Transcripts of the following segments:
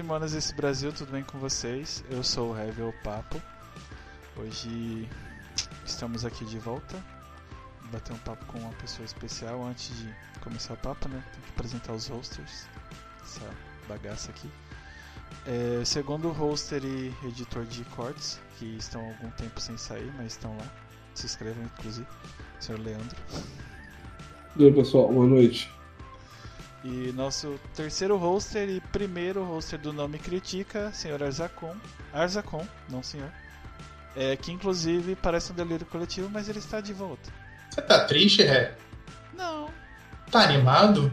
humanos desse Brasil, tudo bem com vocês? Eu sou o Revel Papo. Hoje estamos aqui de volta. Bater um papo com uma pessoa especial antes de começar o papo, né? Tem que apresentar os hosters. Essa bagaça aqui. É, segundo hoster e editor de cortes, que estão há algum tempo sem sair, mas estão lá. Se inscrevam, inclusive. Senhor Leandro. E aí, pessoal, boa noite. E nosso terceiro hoster e primeiro hoster do Nome Critica, senhor Arzacon. Arzacon, não senhor. É, que inclusive parece um delírio coletivo, mas ele está de volta. Você tá triste, Ré? Não, Tá animado?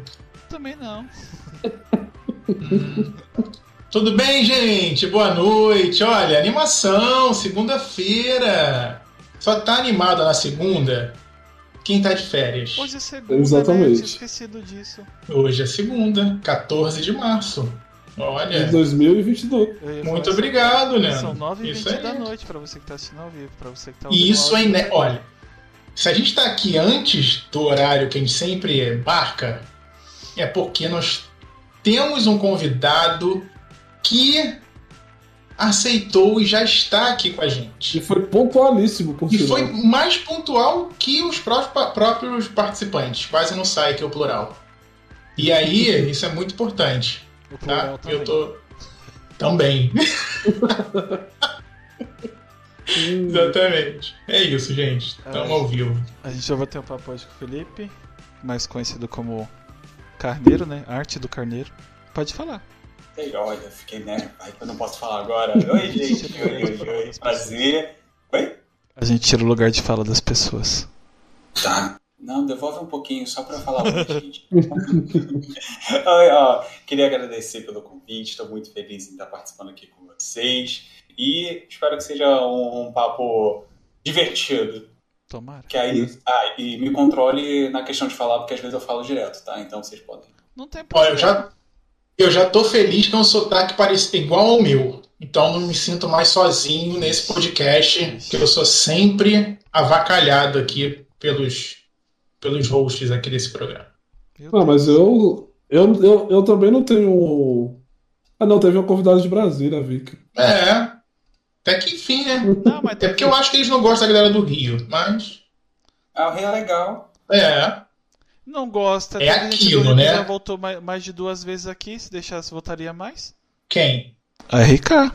também não. Hum. Tudo bem, gente? Boa noite. Olha, animação, segunda-feira. Só tá animado na segunda? Quem tá de férias? Hoje é segunda, né? Eu Exatamente. tinha esquecido disso. Hoje é segunda, 14 de março. Olha, De 2022. Eu ia muito falar obrigado, isso. Leandro. São 9 h Isso 20 aí. da noite pra você que tá assistindo ao vivo, pra você que tá E ouvindo isso ao é vivo. iné... Olha, se a gente tá aqui antes do horário que a gente sempre embarca, é porque nós temos um convidado que aceitou e já está aqui com a E gente. foi pontualíssimo, por E foi sinal. mais pontual que os pró- pa- próprios participantes. Quase não sai aqui o plural. E aí, isso é muito importante. O Tá? plural Eu também. tô. Também. Hum, Exatamente. É isso, gente. Estamos ao vivo. A gente já vai ter um papo hoje com o Felipe, mais conhecido como Carneiro, né? Arte do Carneiro. Pode falar. Sei, olha, fiquei, né? Ai, eu não posso falar agora. Oi, gente. Oi, oi, oi. Prazer. A gente tira o lugar de fala das pessoas. Tá. Não, devolve um pouquinho só pra falar oi, gente. Oi, ó, queria agradecer pelo convite. Estou muito feliz em estar participando aqui com vocês. E espero que seja um, um papo divertido. Tomara. Que aí, ah, e me controle na questão de falar, porque às vezes eu falo direto, tá? Então vocês podem. Não tem Olha, eu já, eu já tô feliz que é um sotaque parece igual ao meu. Então não me sinto mais sozinho nesse podcast, que eu sou sempre avacalhado aqui pelos, pelos hosts aqui desse programa. Meu Ah, Deus. mas eu, eu, eu, eu também não tenho. Ah, não, teve uma convidada de Brasília, Vika. É, até que enfim, né? Não, mas É porque eu acho que eles não gostam da galera do Rio, mas. Ah, o Rei é legal. É, não gosta. É teve gente do aquilo, Rio que né? Já voltou mais, mais de duas vezes aqui. Se deixasse, voltaria mais. quem? É RK.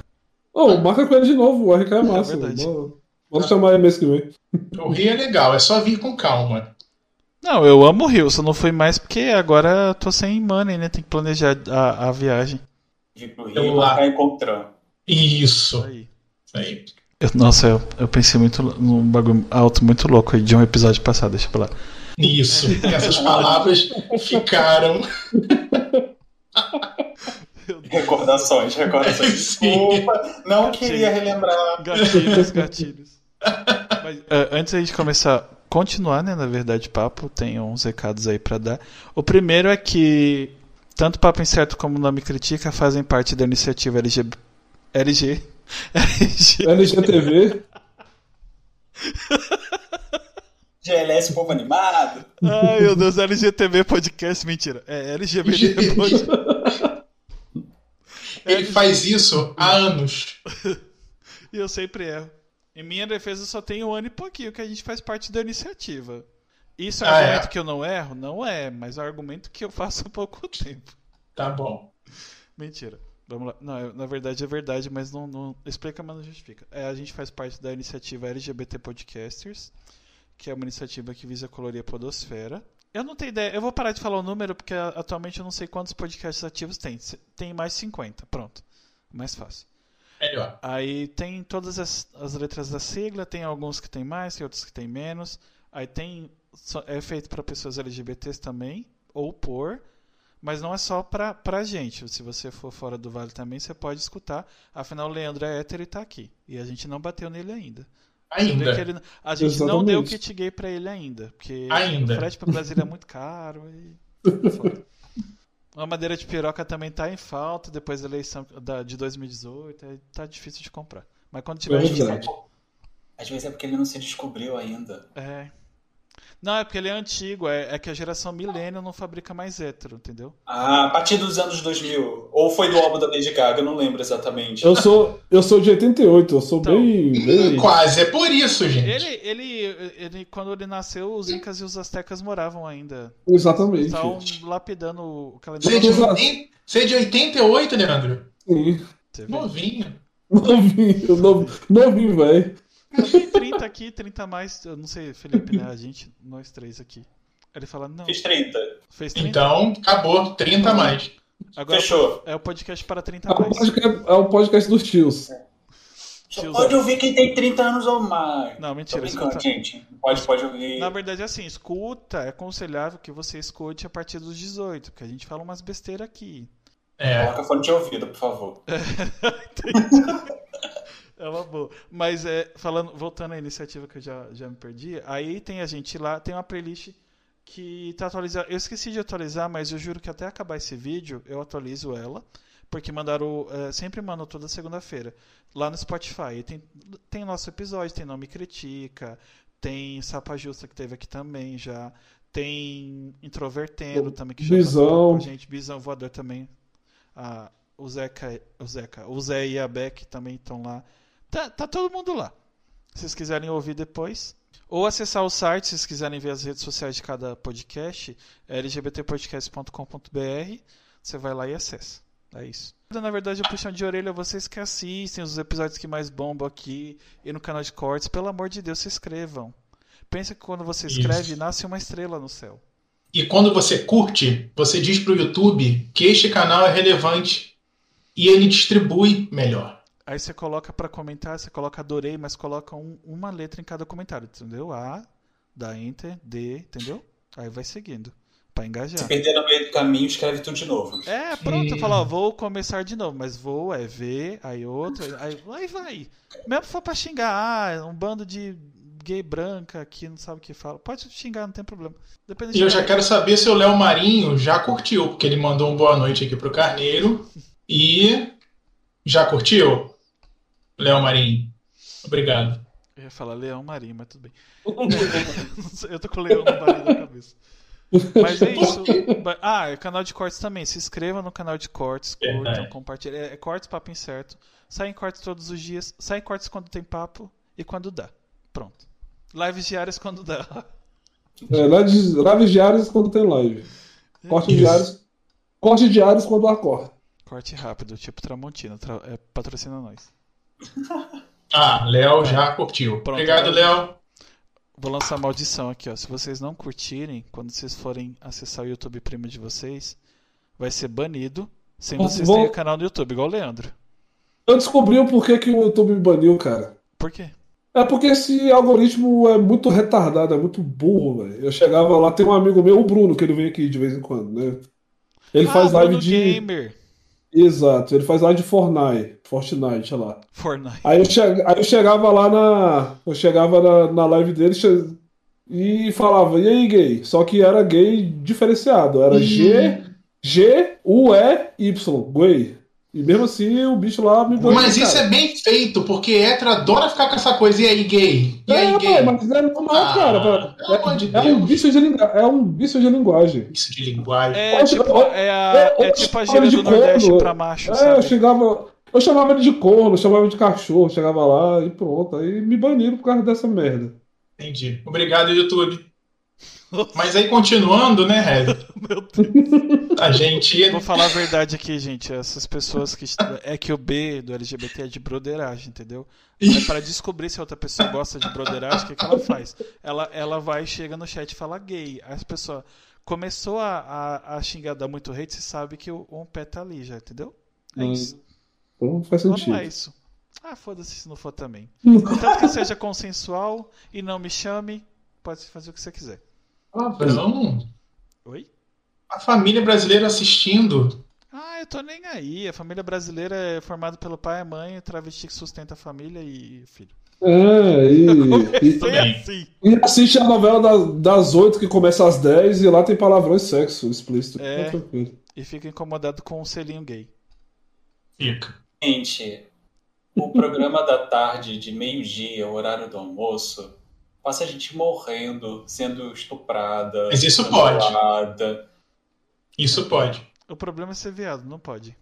Oh, marca com ele de novo, o RK é massa. É verdade. Vamos- Vamos chamar ele mês que vem. O Rio é legal, é só vir com calma. Não, eu amo o Rio, só não fui mais porque agora eu tô sem money, né? Tem que planejar a, a viagem. Vim pro Rio tá Vamos e lá. marcar encontrão. Isso, Aí. isso aí. Eu- nossa, eu, eu pensei muito lo- num bagulho alto muito louco aí de um episódio passado, deixa pra lá. Isso. Essas palavras ficaram. Recordações, recordações. Sim. Desculpa, não Sim. queria relembrar. Gatilhos, gatilhos. Mas, é, antes da gente começar, continuar, né, na verdade, papo, tem uns recados aí pra dar. O primeiro é que tanto Papo Incerto como Nome Critica fazem parte da iniciativa LG... LG... LG... LGTV, GLS um Povo Animado. Ai, meu Deus, LGTV Podcast, mentira. É LGBT Podcast. Ele faz isso há anos. E eu sempre erro. Em minha defesa só tem um ano e pouquinho que a gente faz parte da iniciativa. Isso é um Ah, é. argumento que eu não erro? Não é, mas é um argumento que eu faço há pouco tempo. Tá bom. Mentira. Vamos lá. Não, é- na verdade é verdade, mas não, não- explica, mas não justifica. É, a gente faz parte da iniciativa LGBT Podcasters, que é uma iniciativa que visa colorir a podosfera. Eu não tenho ideia, eu vou parar de falar o número, porque a- atualmente eu não sei quantos podcasts ativos tem. Se- Tem mais 50, pronto. Mais fácil. Melhor. Aí tem todas as, as letras da sigla, tem alguns que tem mais, tem outros que tem menos. Aí tem só- é feito para pessoas LGBTs também, ou por, mas não é só pra, pra gente. Se você for fora do vale também, você pode escutar. Afinal, o Leandro é hétero e tá aqui. E a gente não bateu nele ainda. Você vê que é Ainda. ele- a gente não Exatamente. deu kit gay pra ele ainda. Porque Ainda. o frete pra Brasília é muito caro e. tá foda. A madeira de piroca também tá em falta depois da eleição da- de 2018. aí Tá difícil de comprar. Mas quando tiver, a gente é Verdade. vende. Às vezes é porque ele não se descobriu ainda. É. Não, é porque ele é antigo, é, é que a geração milênio não fabrica mais hétero, entendeu? Ah, a partir dos anos 2000. Ou foi do álbum da Lady Gaga, eu não lembro exatamente. Eu sou, eu sou de 88, eu sou Então. bem, bem. Quase, é por isso, gente. Ele, ele, ele, quando ele nasceu, os incas e os astecas moravam ainda. Exatamente. Estavam lapidando o Você calendário. é de, Sim. oitenta- você é de 88, Leandro? Sim. Você vê? Novinho. Novinho, novo- novinho, velho. É Eu tenho 30 aqui, 30 a mais, eu não sei, Felipe, né? A gente, nós três aqui. Ele fala, não, Fiz 30. fez 30, Então, acabou. 30 Uhum. a mais. agora Fechou. é o podcast para 30 É a o mais. podcast- é o podcast dos tios. Só Tiozão. pode ouvir quem tem 30 anos ou mais. Não, Tô mentira, brincando, escuta. gente. Pode, pode ouvir. Na verdade, é assim, escuta, é aconselhável que você escute a partir dos 18, porque a gente fala umas besteiras aqui. É. Coloca fone de ouvido, por favor. É uma boa. Mas é, falando, voltando à iniciativa que eu já, já me perdi, aí tem a gente lá, tem uma playlist que tá atualizada. Eu esqueci de atualizar, mas eu juro que até acabar esse vídeo eu atualizo ela. Porque mandaram. é, sempre mandam toda segunda-feira. Lá no Spotify. E Tem, tem nosso episódio, tem Nome Critica, tem Sapa Justa que teve aqui também já. Tem Introvertendo também, que já Bisão. participou com a gente. Bisão Voador também. Ah, o Zeca, o Zeca, o Zé e a Beck também estão lá. Tá, tá todo mundo lá. Se vocês quiserem ouvir depois. Ou acessar o site, se vocês quiserem ver as redes sociais de cada podcast, é lgbtpodcast.com.br. Você vai lá e acessa. É isso. Na verdade, eu puxando de orelha a vocês que assistem os episódios que mais bombam aqui e no canal de cortes. Pelo amor de Deus, se inscrevam. Pensa que quando você Isso. escreve, nasce uma estrela no céu. E quando você curte, você diz pro YouTube que este canal é relevante e ele distribui melhor. Aí você coloca pra comentar, você coloca adorei, mas coloca um- uma letra em cada comentário, entendeu? A, dá enter, D, entendeu? Aí vai seguindo, Pra Se engajar. perder no meio do caminho, escreve tudo de novo. É, pronto, fala, ó, vou começar de novo, mas vou, é V, aí outro, aí, aí vai. Mesmo se for pra xingar, ah, um bando de gay branca que não sabe o que fala, pode xingar, não tem problema. Depende E eu já quero saber se o Léo Marinho já curtiu, porque ele mandou um boa noite aqui pro Carneiro. E já curtiu? Léo Marinho. Obrigado. Eu ia falar Leão Marinho, mas tudo bem. Não sei, eu tô com o leão no barulho da cabeça. Mas é isso. Ba- Ah, e canal de cortes também. Se inscreva no canal de cortes, curtam, Verdade. compartilhem. É, é cortes, papo incerto. Saem cortes todos os dias. Saem cortes quando tem papo e quando dá. Pronto. Lives diárias quando dá. É, lives, lives diárias quando tem live. Corte Isso. diários. Corte diários quando há corte. Corte rápido, tipo Tramontina. Tra- é, patrocina nós. Ah, Léo já curtiu. É. Pronto, Obrigado, Léo. Vou lançar maldição aqui, ó. Se vocês não curtirem, quando vocês forem acessar o YouTube Primo de vocês, vai ser banido. Sem Vou- vocês vou- terem canal no YouTube, igual o Leandro. Eu descobri o porquê que o YouTube me baniu, cara. Por quê? É porque esse algoritmo é muito retardado, é muito burro, velho. Eu chegava lá, tem um amigo meu, o Bruno, que ele vem aqui de vez em quando, né? Ele Ah, faz live Bruno de. Gamer. Exato, ele faz live de Fortnite, Fortnite, sei lá. Fortnite. Aí eu, che- aí eu chegava lá na. Eu chegava na, na live dele che- e falava, e aí, gay? Só que era gay diferenciado, era G, G, U, E, Y, gay. E mesmo assim o bicho lá me deu. Mas isso é bem feito, porque hétero adora ficar com essa coisa. E aí, gay? E aí, é, gay? pô, mas é normal, Ah, cara. pelo amor de É, é um Deus. bicho de lingu- é um bicho de linguagem. Isso de linguagem. É Olha, tipo, olha, é a, é olha, tipo a olha gíria de do Nordeste como- pra macho, É, eu sabe? chegava. Eu chamava ele de corno, eu chamava ele de cachorro, chegava lá e pronto. Aí me baniram por causa dessa merda. Entendi. Obrigado, YouTube. Mas aí, continuando, né, Rev? Meu Deus. A gente. Vou falar a verdade aqui, gente. Essas pessoas que. É que o B do LGBT é de broderagem, entendeu? É pra descobrir se a outra pessoa gosta de broderagem, o que, que ela faz? Ela, ela vai, chega no chat e fala gay. Aí As pessoas. Começou a, a, a xingar dar muito hate, você sabe que o, um pé tá ali já, entendeu? É Hum. isso. Então faz Ou sentido. não é isso? Ah, foda-se se não for também. Tanto que seja consensual e não me chame, pode fazer o que você quiser. Ah, Palavrão. Oi? A família brasileira assistindo. Ah, eu tô nem aí. A família brasileira é formada pelo pai, a mãe, o travesti que sustenta a família e filho. É, e, e, Foi bem. assim. e assiste a novela das, das 8 que começa às 10 e lá tem palavrão e sexo explícito. É. Tá tranquilo. E fica incomodado com um selinho gay. Fica. Gente, o programa da tarde, de meio-dia, o horário do almoço, Passa gente morrendo, sendo estuprada. Mas isso sendo pode. violada. Isso pode. O problema é ser viado, não pode.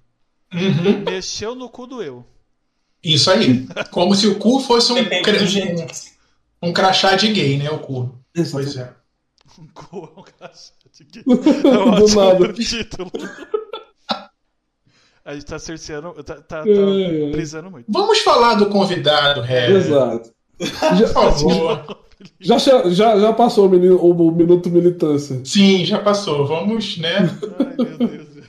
Uhum. Mexeu no cu do eu. Isso aí. Como se o cu fosse um, Depende cra- do jeito. que você- um, um crachá de gay, né? O cu. Pois é. Um cu é um cachorro de É um ótimo nada. assim. título. A gente tá cerceando, tá, tá, tá É, é. brisando muito. Vamos falar do convidado, Harry. Exato. Por favor. Já, che- já, já passou o, minu- o minuto militância. Sim, já passou. Vamos, né? Ai, meu Deus.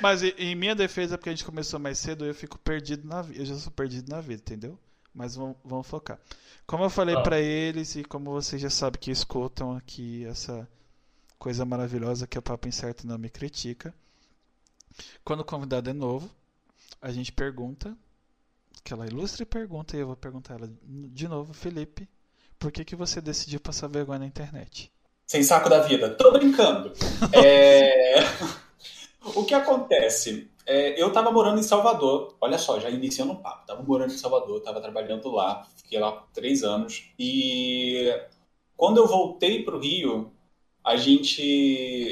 Mas em- em minha defesa, porque a gente começou mais cedo, eu fico perdido na vida. Eu já sou perdido na vida, entendeu? Mas vamos, vamos focar. Como eu falei Ah. pra eles, e como vocês já sabem que escutam aqui essa coisa maravilhosa que é o Papo Incerto Não Me Critica. Quando o convidado é novo, a gente pergunta, aquela ilustre pergunta, e eu vou perguntar ela de novo, Felipe, por que, que você decidiu passar vergonha na internet? Sem saco da vida. Tô brincando. É, O que acontece? É, eu tava morando em Salvador. Olha só, já iniciando o papo. Tava morando em Salvador, tava trabalhando lá. Fiquei lá por três anos. E quando eu voltei pro Rio, a gente...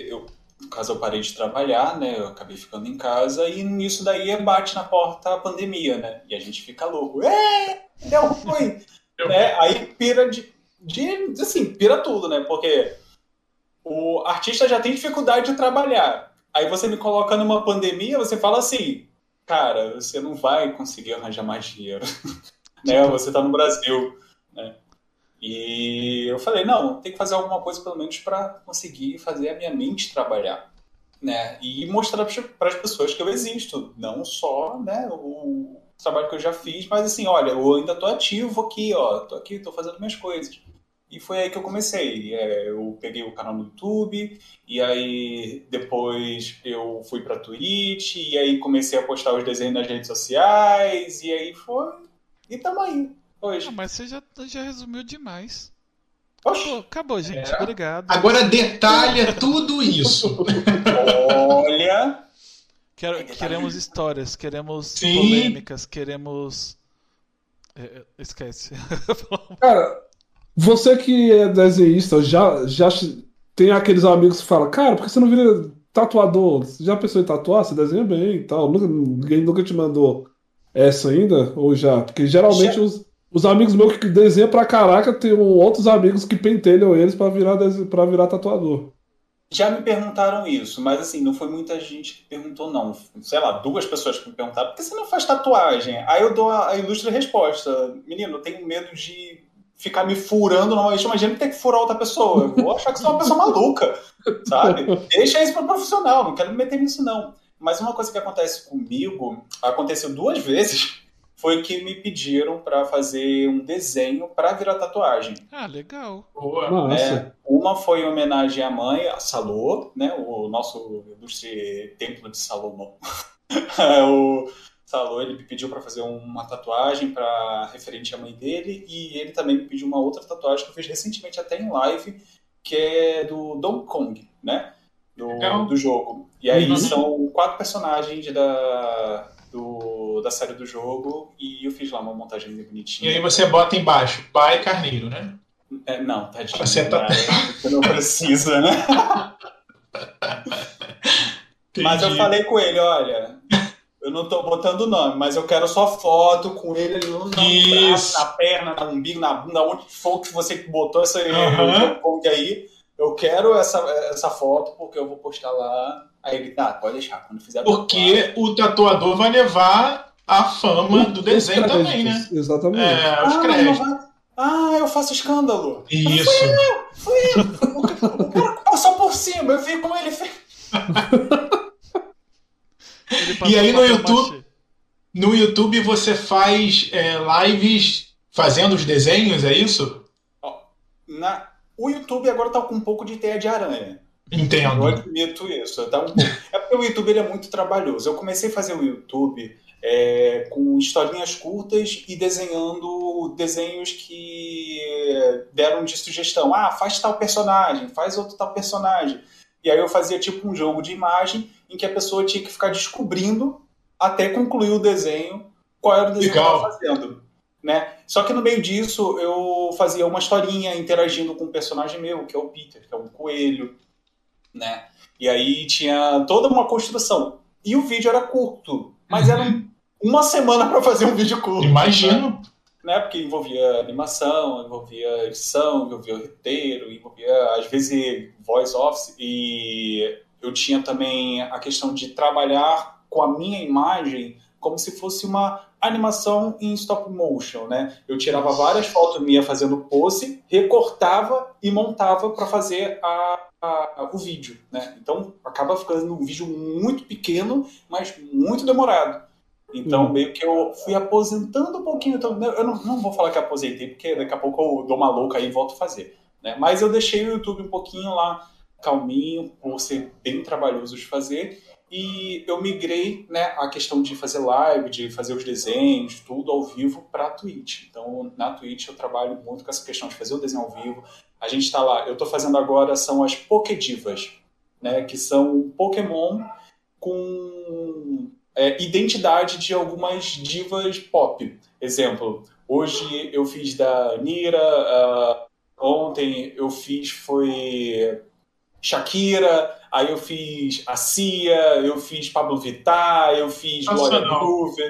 Eu... No caso, eu parei de trabalhar, né? Eu acabei ficando em casa. E nisso daí bate na porta a pandemia, né? E a gente fica louco. É! Deu ruim! né? Aí pira de de, assim, pira tudo, né? Porque o artista já tem dificuldade de trabalhar. Aí você me coloca numa pandemia, você fala assim, cara, você não vai conseguir arranjar mais dinheiro, né? Você tá no Brasil, né? E eu falei, não, tem que fazer alguma coisa pelo menos para conseguir fazer a minha mente trabalhar, né? E mostrar para as pessoas que eu existo, não só, né, o trabalho que eu já fiz, mas assim, olha, eu ainda tô ativo aqui, ó, tô aqui, tô fazendo minhas coisas. E foi aí que eu comecei. É, eu peguei o canal no YouTube, e aí depois eu fui pra Twitch, e aí comecei a postar os desenhos nas redes sociais, e aí foi. E tamo aí, Ah, hoje. mas você já, já resumiu demais. Oxi, Acabou, acabou, gente. É. Obrigado. Agora detalha tudo isso. olha! Quero- Tem que queremos histórias, queremos Sim. polêmicas, queremos. É, é, esquece. Cara, você que é desenhista, já, já ch- tem aqueles amigos que falam, cara, por que você não vira tatuador? Você já pensou em tatuar? Você desenha bem e tal. Nunca- ninguém nunca te mandou essa ainda? Ou já? Porque geralmente Já. os, os amigos meus que desenham pra caraca tem um, outros amigos que pentelham eles pra virar, dese- pra virar tatuador. Já me perguntaram isso, mas assim, não foi muita gente que perguntou, não. Sei lá, duas pessoas que me perguntaram, por que você não faz tatuagem? Aí eu dou a, a ilustre resposta. Menino, eu tenho medo de ficar me furando normalmente. Imagina ter que furar outra pessoa. Eu vou achar que sou uma pessoa maluca, sabe? Deixa isso para profissional, não quero me meter nisso, não. Mas uma coisa que acontece comigo, aconteceu duas vezes, foi que me pediram para fazer um desenho para virar tatuagem. Ah, legal. Boa. É, Massa. É, Uma foi em homenagem à mãe, a Salô, né? O nosso ilustre templo de Salomão. o Salô, ele me pediu para fazer uma tatuagem para referente à mãe dele e ele também me pediu uma outra tatuagem que eu fiz recentemente até em live, que é do Donkey Kong, né? Legal. Do, do jogo. E aí Uhum. são quatro personagens da, do- da série do jogo e eu fiz lá uma montagem E bonitinha. aí você bota embaixo, pai carneiro, né? É, não, tadinho. Você tá- né? Você não precisa, né? Mas eu Entendi. falei com ele, olha, eu não tô botando nome, mas eu quero só foto com ele ali no, no braço, Isso. na perna, na umbigo, na bunda, onde for que você botou essa Aham. Kong aí. Eu quero essa, essa foto porque eu vou postar lá. Aí ele, tá, pode deixar, quando fizer. Porque o tatuador vai levar a fama do desenho Os também, né? créditos, Exatamente. É, eu os vou lá. ah, não créditos. vai- ah, eu faço escândalo. Isso. O cara passou por cima, eu vi como ele fez. Ele passou aí no papel YouTube? machê. No YouTube você faz é, lives fazendo os desenhos, é isso? Na... O YouTube agora tá com um pouco de teia de aranha. Eu Entendo. admito isso. eu tava um pouco- É porque o YouTube ele é muito trabalhoso. Eu comecei a fazer o YouTube é, com historinhas curtas e desenhando desenhos que deram de sugestão. Ah, faz tal personagem, faz outro tal personagem. E aí eu fazia tipo um jogo de imagem em que a pessoa tinha que ficar descobrindo até concluir o desenho qual era o desenho que Legal. estava fazendo. Né? Só que no meio disso eu fazia uma historinha interagindo com um personagem meu, que é o Peter, que é um coelho, né? E aí tinha toda uma construção. E o vídeo era curto, mas era uma semana para fazer um vídeo curto. Uhum. Imagino. Né? Porque envolvia animação, envolvia edição, envolvia roteiro, envolvia, às vezes, voice office. E eu tinha também a questão de trabalhar com a minha imagem como se fosse uma animação em stop motion, né? Eu tirava várias fotos minha fazendo pose, recortava e montava para fazer a, a- o vídeo, né? Então acaba ficando um vídeo muito pequeno, mas muito demorado. Então Uhum. meio que eu fui aposentando um pouquinho. Então, né, eu não, não vou falar que aposentei, porque daqui a pouco eu dou uma louca aí e volto a fazer. Né? Mas eu deixei o YouTube um pouquinho lá calminho, por ser bem trabalhoso de fazer e eu migrei né, a questão de fazer live, de fazer os desenhos, tudo ao vivo para a Twitch. Então, na Twitch eu trabalho muito com essa questão de fazer o desenho ao vivo. A gente está lá, eu estou fazendo agora são as Pokédivas, né, que são Pokémon com é, identidade de algumas divas pop. Exemplo, hoje eu fiz da Nira, ah, ontem eu fiz foi Shakira, aí eu fiz a Cia, eu fiz Pablo Vittar, eu fiz Nossa, Gloria não. Groove.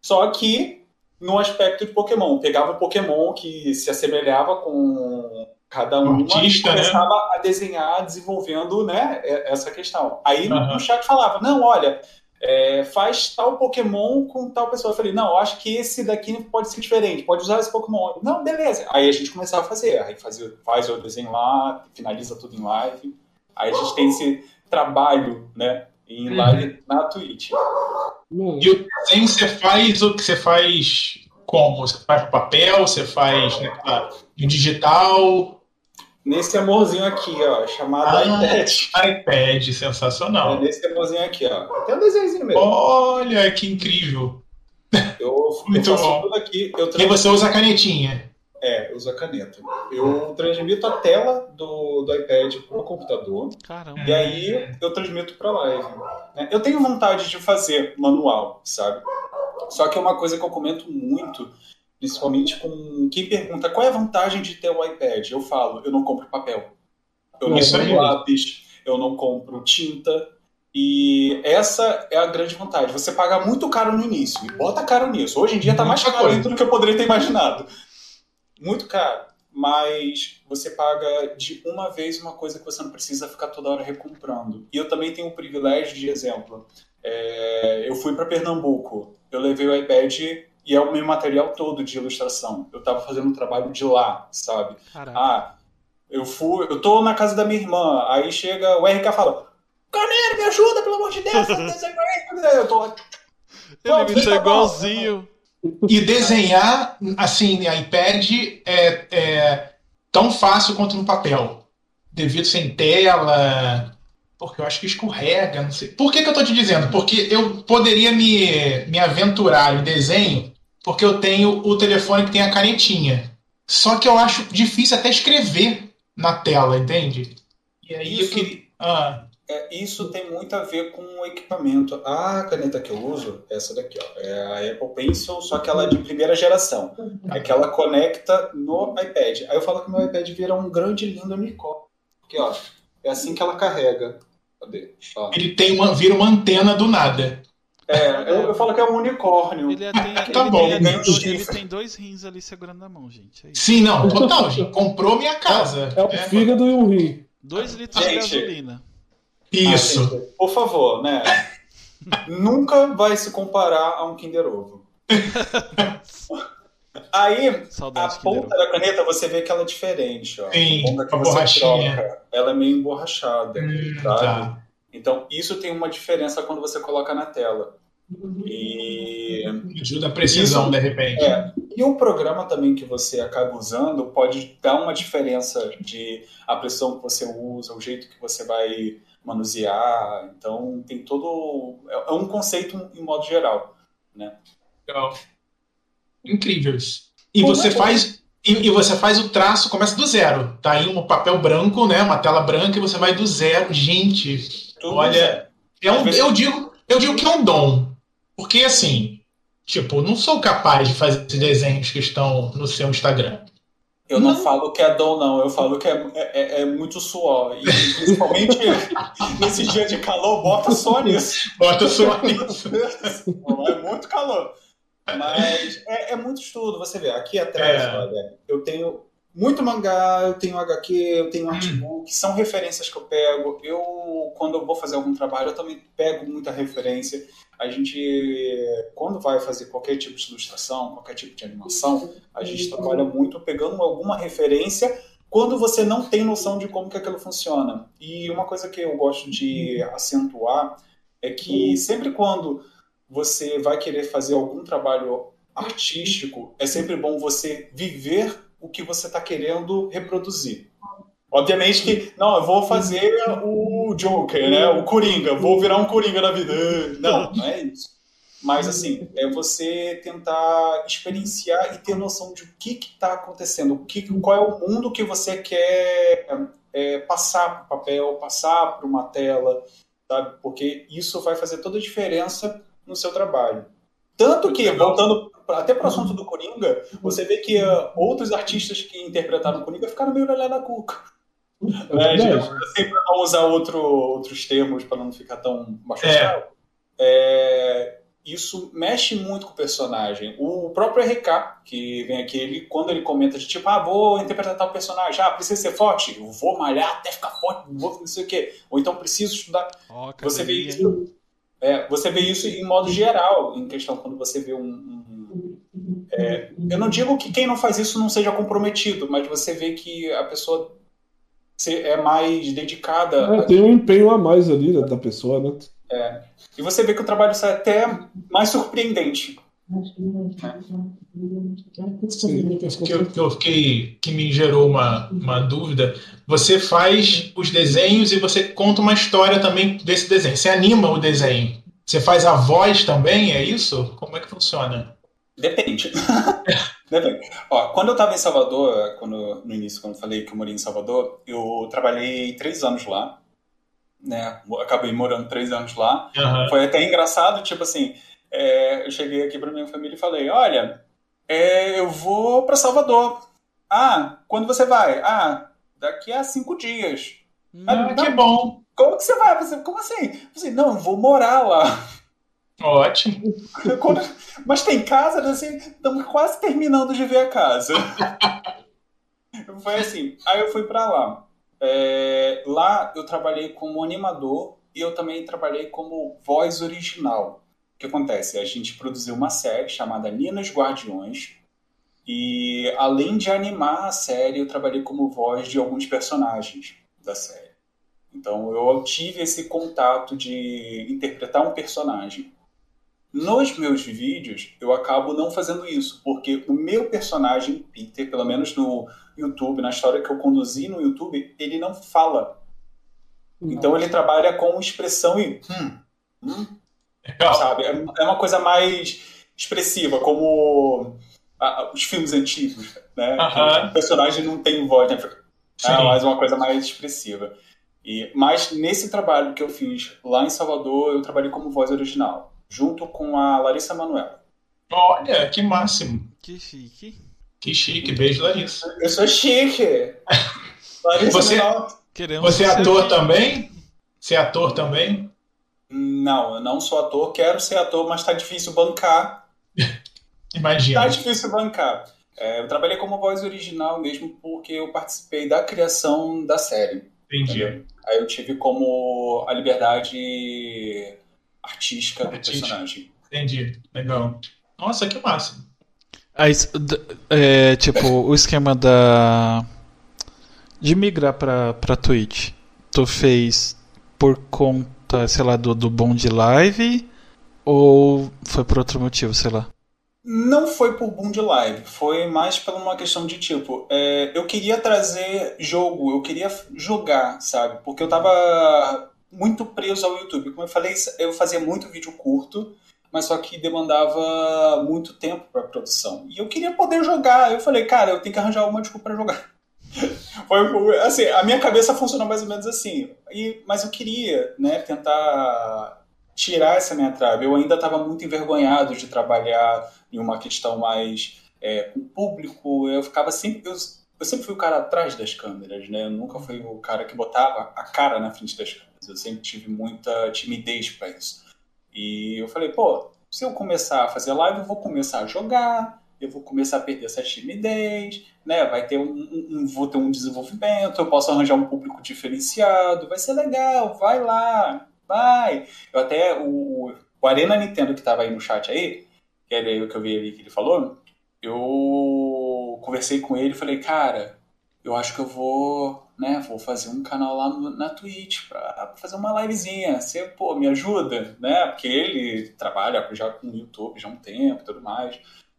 Só que no aspecto de Pokémon, pegava o Pokémon que se assemelhava com cada Um um artista, e né? começava a desenhar, desenvolvendo né, e- essa questão. Aí Aham. no chat falava, não, olha, é, faz tal Pokémon com tal pessoa. Eu falei, não, eu acho que esse daqui pode ser diferente, pode usar esse Pokémon. Não, beleza. Aí a gente começava a fazer. Aí fazia, faz o desenho lá, finaliza tudo em live. Aí a gente tem esse trabalho, né? Em Uhum. live na Twitch. É. Mano, E o desenho você faz o que você faz como? Você faz no papel, você faz né, tá, no digital, Nesse amorzinho aqui, ó, chamado Ah. iPad. iPad, É sensacional. nesse amorzinho aqui, ó. Tem um desenhozinho mesmo. Olha que incrível. Eu, eu Muito faço bom. tudo aqui. Eu E transmito, você usa a canetinha. é, eu uso a caneta. Eu transmito a tela do, do iPad pro computador. Caramba. E aí eu transmito pra live. né? Eu tenho vontade de fazer manual, sabe? Só que é uma coisa que eu comento muito, principalmente com quem pergunta qual é a vantagem de ter o iPad. Eu falo, eu não compro papel. Eu não É, é compro verdade. lápis, eu não compro tinta. E essa é a grande vantagem. Você paga muito caro no início. E bota caro nisso. Hoje em dia tá mais Muita caro coisa. ainda do que eu poderia ter imaginado. Muito caro mas você paga de uma vez uma coisa que você não precisa ficar toda hora recomprando. E eu também tenho o privilégio de exemplo. é, eu fui para Pernambuco, eu levei o iPad e é o meu material todo de ilustração. Eu estava fazendo um trabalho de lá, sabe? É. Caraca. Ah, eu fui, eu tô na casa da minha irmã, aí chega o RK e fala: Carneiro, me ajuda, pelo amor de Deus, faz um desenho pra mim." eu tô lá, Ele Pô, me você tá tá igualzinho. E desenhar, assim, no iPad é, é tão fácil quanto no papel. Devido sem tela. Porque eu acho que escorrega, não sei. Por que, que eu tô te dizendo? Porque eu poderia me, me aventurar em desenho, porque eu tenho o telefone que tem a canetinha. Só que eu acho difícil até escrever na tela, entende? E aí eu Isso. queria. Ah, É, isso tem muito a ver com o equipamento. A caneta que eu uso, essa daqui, ó, é a Apple Pencil, só que ela é de primeira geração. É que ela conecta no iPad. Aí eu falo que meu iPad vira um grande lindo unicórnio. Aqui, ó. É assim que ela carrega. Cadê? Ó. ele tem uma, vira uma antena do nada. É, eu, eu falo que é um unicórnio. Ele tem, Tá ele, bom, tem, ele, né? tem, ele tem dois rins ali segurando na mão, gente. É isso. Sim, não, total, gente. Comprou minha casa. é um né? fígado e um rim. Dois litros de Gente. gasolina. Isso. Ah, gente, por favor, né? Nunca vai se comparar a um Kinder Ovo. Aí, A Tá Saudades que deram. ponta da caneta você vê que ela é diferente, ó. Sim, a ponta que a você borrachinha. troca, ela é meio emborrachada, Hum, sabe? tá. Então isso tem uma diferença quando você coloca na tela. E, Ajuda a precisão, Isso. de repente. é, e o programa também que você acaba usando pode dar uma diferença de a pressão que você usa, o jeito que você vai manusear. Então tem todo é é um conceito em modo geral. Legal. Incrível isso. E Bom, você né? faz. E, e você faz o traço, começa do zero. Tá aí um papel branco, né? Uma tela branca, e você vai do zero. Gente, Tudo Olha, certo. é um, Às vezes- eu, digo, eu digo que é um dom. Porque assim, Tipo, não sou capaz de fazer esses desenhos que estão no seu Instagram. Eu não, falo que é dom, não. Eu falo que é, é, é muito suor. E principalmente nesse dia de calor, bota só nisso. Bota só nisso. Não é muito calor. Mas é, é muito estudo, você vê. Aqui atrás, É. olha, eu tenho muito mangá, eu tenho HQ, eu tenho artbook, são referências que eu pego. Eu, quando eu vou fazer algum trabalho, eu também pego muita referência. A gente, quando vai fazer qualquer tipo de ilustração, qualquer tipo de animação, a gente trabalha muito pegando alguma referência quando você não tem noção de como que aquilo funciona. E uma coisa que eu gosto de acentuar é que sempre quando você vai querer fazer algum trabalho artístico, é sempre bom você viver o que você está querendo reproduzir. Obviamente que, não, eu vou fazer o Joker, né? O Coringa, vou virar um Coringa na vida. Não, não é isso. Mas assim, é você tentar experienciar e ter noção de o que está acontecendo, o que, qual é o mundo que você quer é, passar para papel, passar para uma tela, sabe? Porque isso vai fazer toda a diferença no seu trabalho. Tanto que, voltando pra- até para o assunto do Coringa, você vê que ah, outros artistas que interpretaram o Coringa ficaram meio lelé da cuca. É, Né? verdade. Gente, assim, para usar outro, outros termos para não ficar tão baixo É. astral, é, isso mexe muito com o personagem. O próprio RK, que vem aqui, ele, quando ele comenta de tipo, ah, vou interpretar tal personagem, ah, precisa ser forte, eu vou malhar até ficar forte, vou não sei o quê. Ou então preciso estudar Ó, você vê academia. isso, é, você vê isso em modo geral, em questão quando você vê um. um- um- é, eu não digo que quem não faz isso não seja comprometido, mas você vê que a pessoa se- é mais dedicada. É, tem um empenho a mais ali né, da pessoa, né? E você vê que o trabalho sai até mais surpreendente. que eu, que eu fiquei que me gerou uma, uma dúvida. Você faz os desenhos e você conta uma história também desse desenho. Você anima o desenho. Você faz a voz também, é isso? Como é que funciona? Depende. Depende. Ó, quando eu estava em Salvador, quando, no início, quando eu falei que eu morei em Salvador, eu trabalhei três anos lá. Né? Acabei morando três anos lá. Foi até engraçado, tipo assim, é, eu cheguei aqui pra minha família e falei, olha, é, eu vou pra Salvador. Ah, quando você vai? Ah, daqui a cinco dias. Ah, que bom. Como que você vai? Você, Como assim? Eu falei, não, eu vou morar lá. Ótimo. Quando- mas tem casa, assim, estamos quase terminando de ver a casa. Foi assim, aí eu fui pra lá. É, lá eu trabalhei como animador e eu também trabalhei como voz original. O que acontece? A gente produziu uma série chamada Ninas Guardiões. E além de animar a série, eu trabalhei como voz de alguns personagens da série. Então eu tive esse contato de interpretar um personagem. Nos meus vídeos, eu acabo não fazendo isso, porque o meu personagem, Peter, pelo menos no YouTube, na história que eu conduzi no YouTube, ele não fala. Então ele trabalha com expressão e "Hum, Legal. sabe? É é uma coisa mais expressiva, como ah, os filmes antigos, né? Aham. Que O personagem não tem voz, né? Sim. É mais uma coisa mais expressiva. E, mas nesse trabalho que eu fiz lá em Salvador, eu trabalhei como voz original, junto com a Larissa Manoela. Olha, que máximo. Que chique. Que chique. Beijo, Larissa. Eu sou chique! Larissa Você- Manoela. Queremos Você é você ator aqui. também? Você é ator também? Não, eu não sou ator, quero ser ator, mas tá difícil bancar Tá Imagina. difícil bancar. É, eu trabalhei como voz original mesmo porque eu participei da criação da série. Entendi. Aí eu tive como a liberdade artística do Artística. personagem. Entendi. Legal. Nossa, que máximo. Aí, s- d- é, tipo, o esquema da. De migrar pra, pra Twitch. Tu fez por conta, sei lá, do, do bom de live? Ou foi por outro motivo, sei lá? Não foi por boom de live, foi mais por uma questão de tipo, é, eu queria trazer jogo, eu queria f- jogar, sabe? Porque eu tava muito preso ao YouTube. Como eu falei, eu fazia muito vídeo curto, mas só que demandava muito tempo pra produção. E eu queria poder jogar. Eu falei, cara, eu tenho que arranjar alguma desculpa pra jogar. Foi, foi, assim, a minha cabeça funciona mais ou menos assim. E, mas eu queria, né, tentar tirar essa minha trave. Eu ainda estava muito envergonhado de trabalhar em uma questão mais é, com o público. Eu ficava sempre. Eu, eu sempre fui o cara atrás das câmeras, né? Eu nunca fui o cara que botava a cara na frente das câmeras. Eu sempre tive muita timidez para isso. E eu falei, pô, se eu começar a fazer live, eu vou começar a jogar, eu vou começar a perder essa timidez, né? Vai ter um, um, um, vou ter um desenvolvimento, eu posso arranjar um público diferenciado, vai ser legal, vai lá, vai. Eu até o, o Arena Nintendo que estava aí no chat aí, que era o que eu vi ali que ele falou, eu conversei com ele e falei, cara, eu acho que eu vou, né, vou fazer um canal lá no, na Twitch pra fazer uma livezinha. Você, pô, me ajuda, né? Porque ele trabalha já com o YouTube já há um tempo e tudo mais.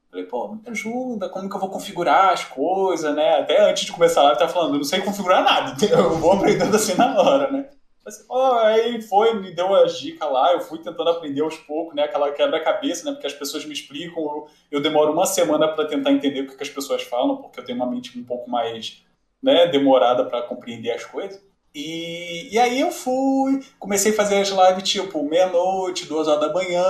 Falei, pô, me ajuda, como que eu vou configurar as coisas, né? Até antes de começar lá, ele tá falando, eu não sei configurar nada, entendeu? eu vou aprendendo assim na hora, né? Mas, ó, aí foi, me deu as dicas lá, eu fui tentando aprender aos poucos, né? Aquela quebra-cabeça, né? Porque as pessoas me explicam, eu, eu demoro uma semana para tentar entender o que, que, as pessoas falam, porque eu tenho uma mente um pouco mais, né, demorada para compreender as coisas. E, e aí eu fui, comecei a fazer as lives tipo meia-noite, duas horas da manhã,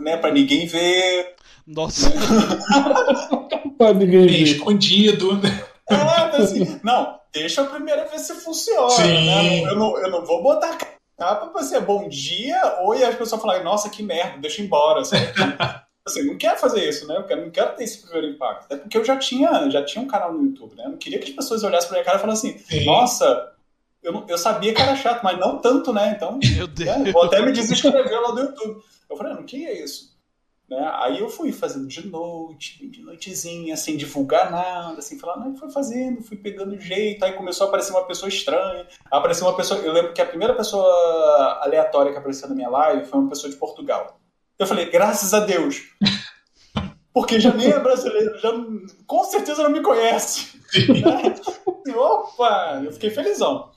né, para ninguém ver. Nossa. pra tá ninguém ver. Escondido. É, assim, não, deixa a primeira ver se funciona. Sim. Né? Eu, não, eu não vou botar capa pra ser bom dia, ou e as pessoas falarem, nossa, que merda, deixa embora. Assim, assim não quero fazer isso, né? Eu quero, não quero ter esse primeiro impacto. Até porque eu já tinha, já tinha um canal no YouTube, né? Eu não queria que as pessoas olhassem pra minha cara e falassem assim, Sim. nossa, eu, eu, sabia que era chato, mas não tanto, né? Então, Meu Deus. Né? vou até me desescrever lá do YouTube. Eu falei, não, que é isso? Né? Aí eu fui fazendo de noite, de noitezinha, sem divulgar nada, sem falar, não, fui fazendo, fui pegando jeito, aí começou a aparecer uma pessoa estranha, apareceu uma pessoa, eu lembro que a primeira pessoa aleatória que apareceu na minha live foi uma pessoa de Portugal. Eu falei, graças a Deus, porque já nem é brasileiro, já com certeza não me conhece. Né? Opa, eu fiquei felizão.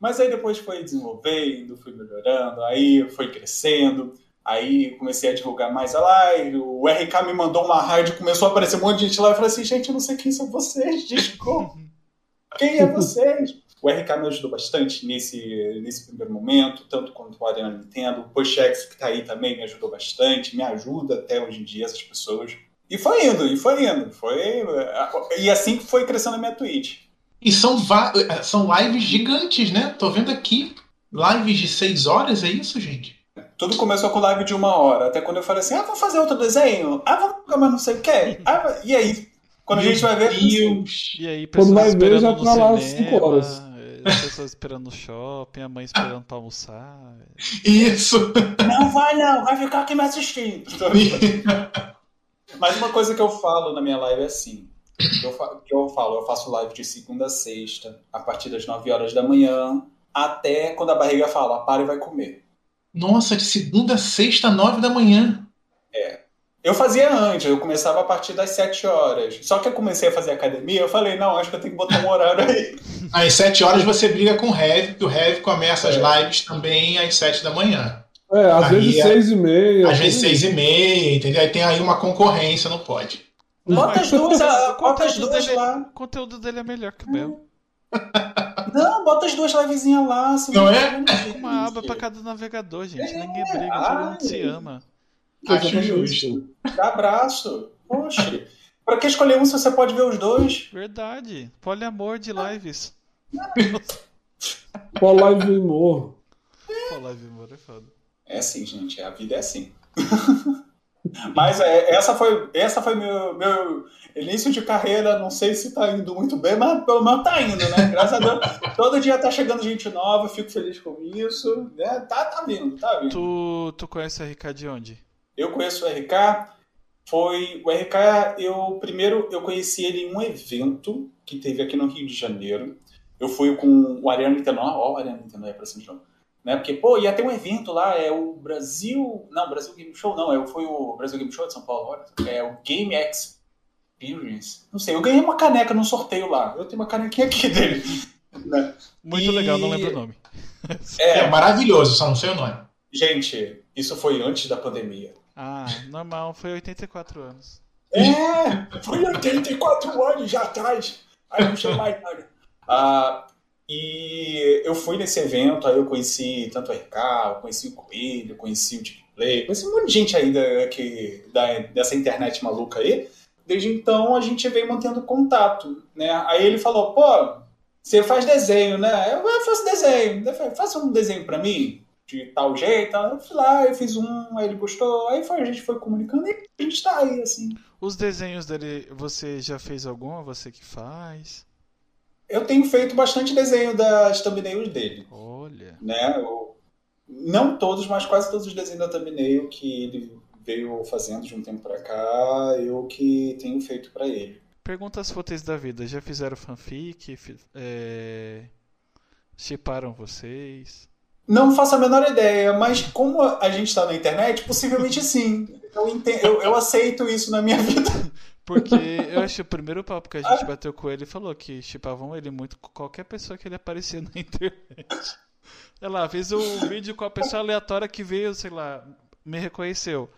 Mas aí depois foi desenvolvendo, fui melhorando, aí foi crescendo, Aí comecei a divulgar mais a live, o RK me mandou uma raid, começou a aparecer um monte de gente lá. Eu falei assim, gente, eu não sei quem são vocês, desculpa. Quem é vocês? O RK me ajudou bastante nesse, nesse primeiro momento, tanto quanto o Arena Nintendo. O Pushx, que tá aí também, me ajudou bastante, me ajuda até hoje em dia essas pessoas. E foi indo, e foi indo. Foi... E assim que foi crescendo a minha Twitch. E são, eh, são lives gigantes, né? Tô vendo aqui. Lives de seis horas, é isso, gente? Tudo começou com live de uma hora. Até quando eu falei assim, ah, vou fazer outro desenho. Ah, vou colocar mais não sei o quê. Ah, e aí? Quando a gente vai ver... Deus. E aí, Quando vai ver, já tá lá cinema, cinco horas. As pessoas esperando no shopping, a mãe esperando pra almoçar. Isso! Não vai não, vai ficar aqui me assistindo. Mas uma coisa que eu falo na minha live é assim, eu falo, que eu falo, eu faço live de segunda a sexta, a partir das 9 horas da manhã, até quando a barriga fala, para e vai comer. Nossa, de segunda a sexta, nove da manhã. É. Eu fazia antes, eu começava a partir das sete horas. Só que eu comecei a fazer academia, eu falei, não, acho que eu tenho que botar um horário aí. Às sete horas você briga com o Rev, que o Rev começa as é. lives também às sete da manhã. É, às aí, vezes é... seis e meia. Às vezes seis e meia, entendeu? Aí tem aí uma concorrência, não pode. Bota as duas, bota as duas dele, lá. O conteúdo dele é melhor que o meu. Não, bota as duas livezinhas lá. Se não, não é? Uma aba pra cada navegador, gente. É, Ninguém briga, ai. todo mundo se ama. Acho assim. justo. Dá abraço. Poxa. pra que escolher um se você pode ver os dois? Verdade. Poliamor de lives. Tipo, Poliamor. Poliamor é foda. É assim, gente. A vida é assim. Mas é, essa foi, essa foi meu, meu início de carreira. Não sei se tá indo muito bem, mas pelo menos tá indo, né? Graças a Deus. Todo dia tá chegando gente nova, fico feliz com isso. Né? Tá, tá vindo, tá vindo. Tu, tu conhece o RK de onde? Eu conheço o RK. Foi. O RK, eu primeiro eu conheci ele em um evento que teve aqui no Rio de Janeiro. Eu fui com o Ariano Nintendo. Ó, o Ariano Nintendo aí pra cima de novo né? Porque, pô, ia ter um evento lá, é o Brasil. Não, Brasil Game Show não, é, foi o Brasil Game Show de São Paulo, olha. É o Game Experience. Não sei, eu ganhei uma caneca no sorteio lá. Eu tenho uma canequinha aqui dele. Né? Muito e... legal, não lembro o nome. É, é, maravilhoso, só não sei o nome. Gente, isso foi antes da pandemia. Ah, normal, foi 84 anos. É, foi 84 anos já atrás. Aí não chama mais nada. Ah, E eu fui nesse evento, aí eu conheci tanto o RK, eu conheci o Coelho, conheci o Deep Play, conheci um monte de gente aí da, que, da, dessa internet maluca aí. Desde então a gente veio mantendo contato, né? Aí ele falou, pô, você faz desenho, né? Eu, eu faço desenho, eu falei, faça um desenho para mim, de tal jeito. Eu fui lá, eu fiz um, aí ele gostou, aí foi, a gente foi comunicando e a gente tá aí, assim. Os desenhos dele, você já fez algum? Você que faz? Eu tenho feito bastante desenho das thumbnails dele. Olha. Né? Eu, não todos, mas quase todos os desenhos da thumbnail que ele veio fazendo de um tempo pra cá, eu que tenho feito para ele. Pergunta as fúteis da vida. Já fizeram fanfic? É... Chiparam vocês? Não faço a menor ideia, mas como a gente está na internet, possivelmente sim. Eu, entendo, eu, eu, aceito isso na minha vida. Porque eu acho que o primeiro papo que a gente bateu com ele falou que chipavam ele muito com qualquer pessoa que ele aparecia na internet. Sei lá, fiz um vídeo com a pessoa aleatória que veio, sei lá, me reconheceu.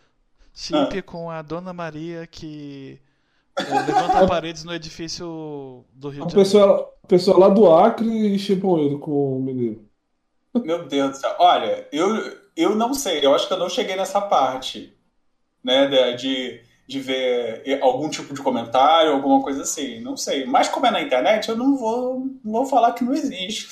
Chip ah. com a Dona Maria que eh, Levanta paredes no edifício do Rio Então. a de pessoa, Janeiro. A pessoa lá do Acre e chipam ele com o menino. Meu Deus do céu. Olha, eu, eu não sei. Eu acho que eu não cheguei nessa parte. Né, de, de ver algum tipo de comentário, alguma coisa assim. Não sei. Mas como é na internet, eu não vou, não vou falar que não existe.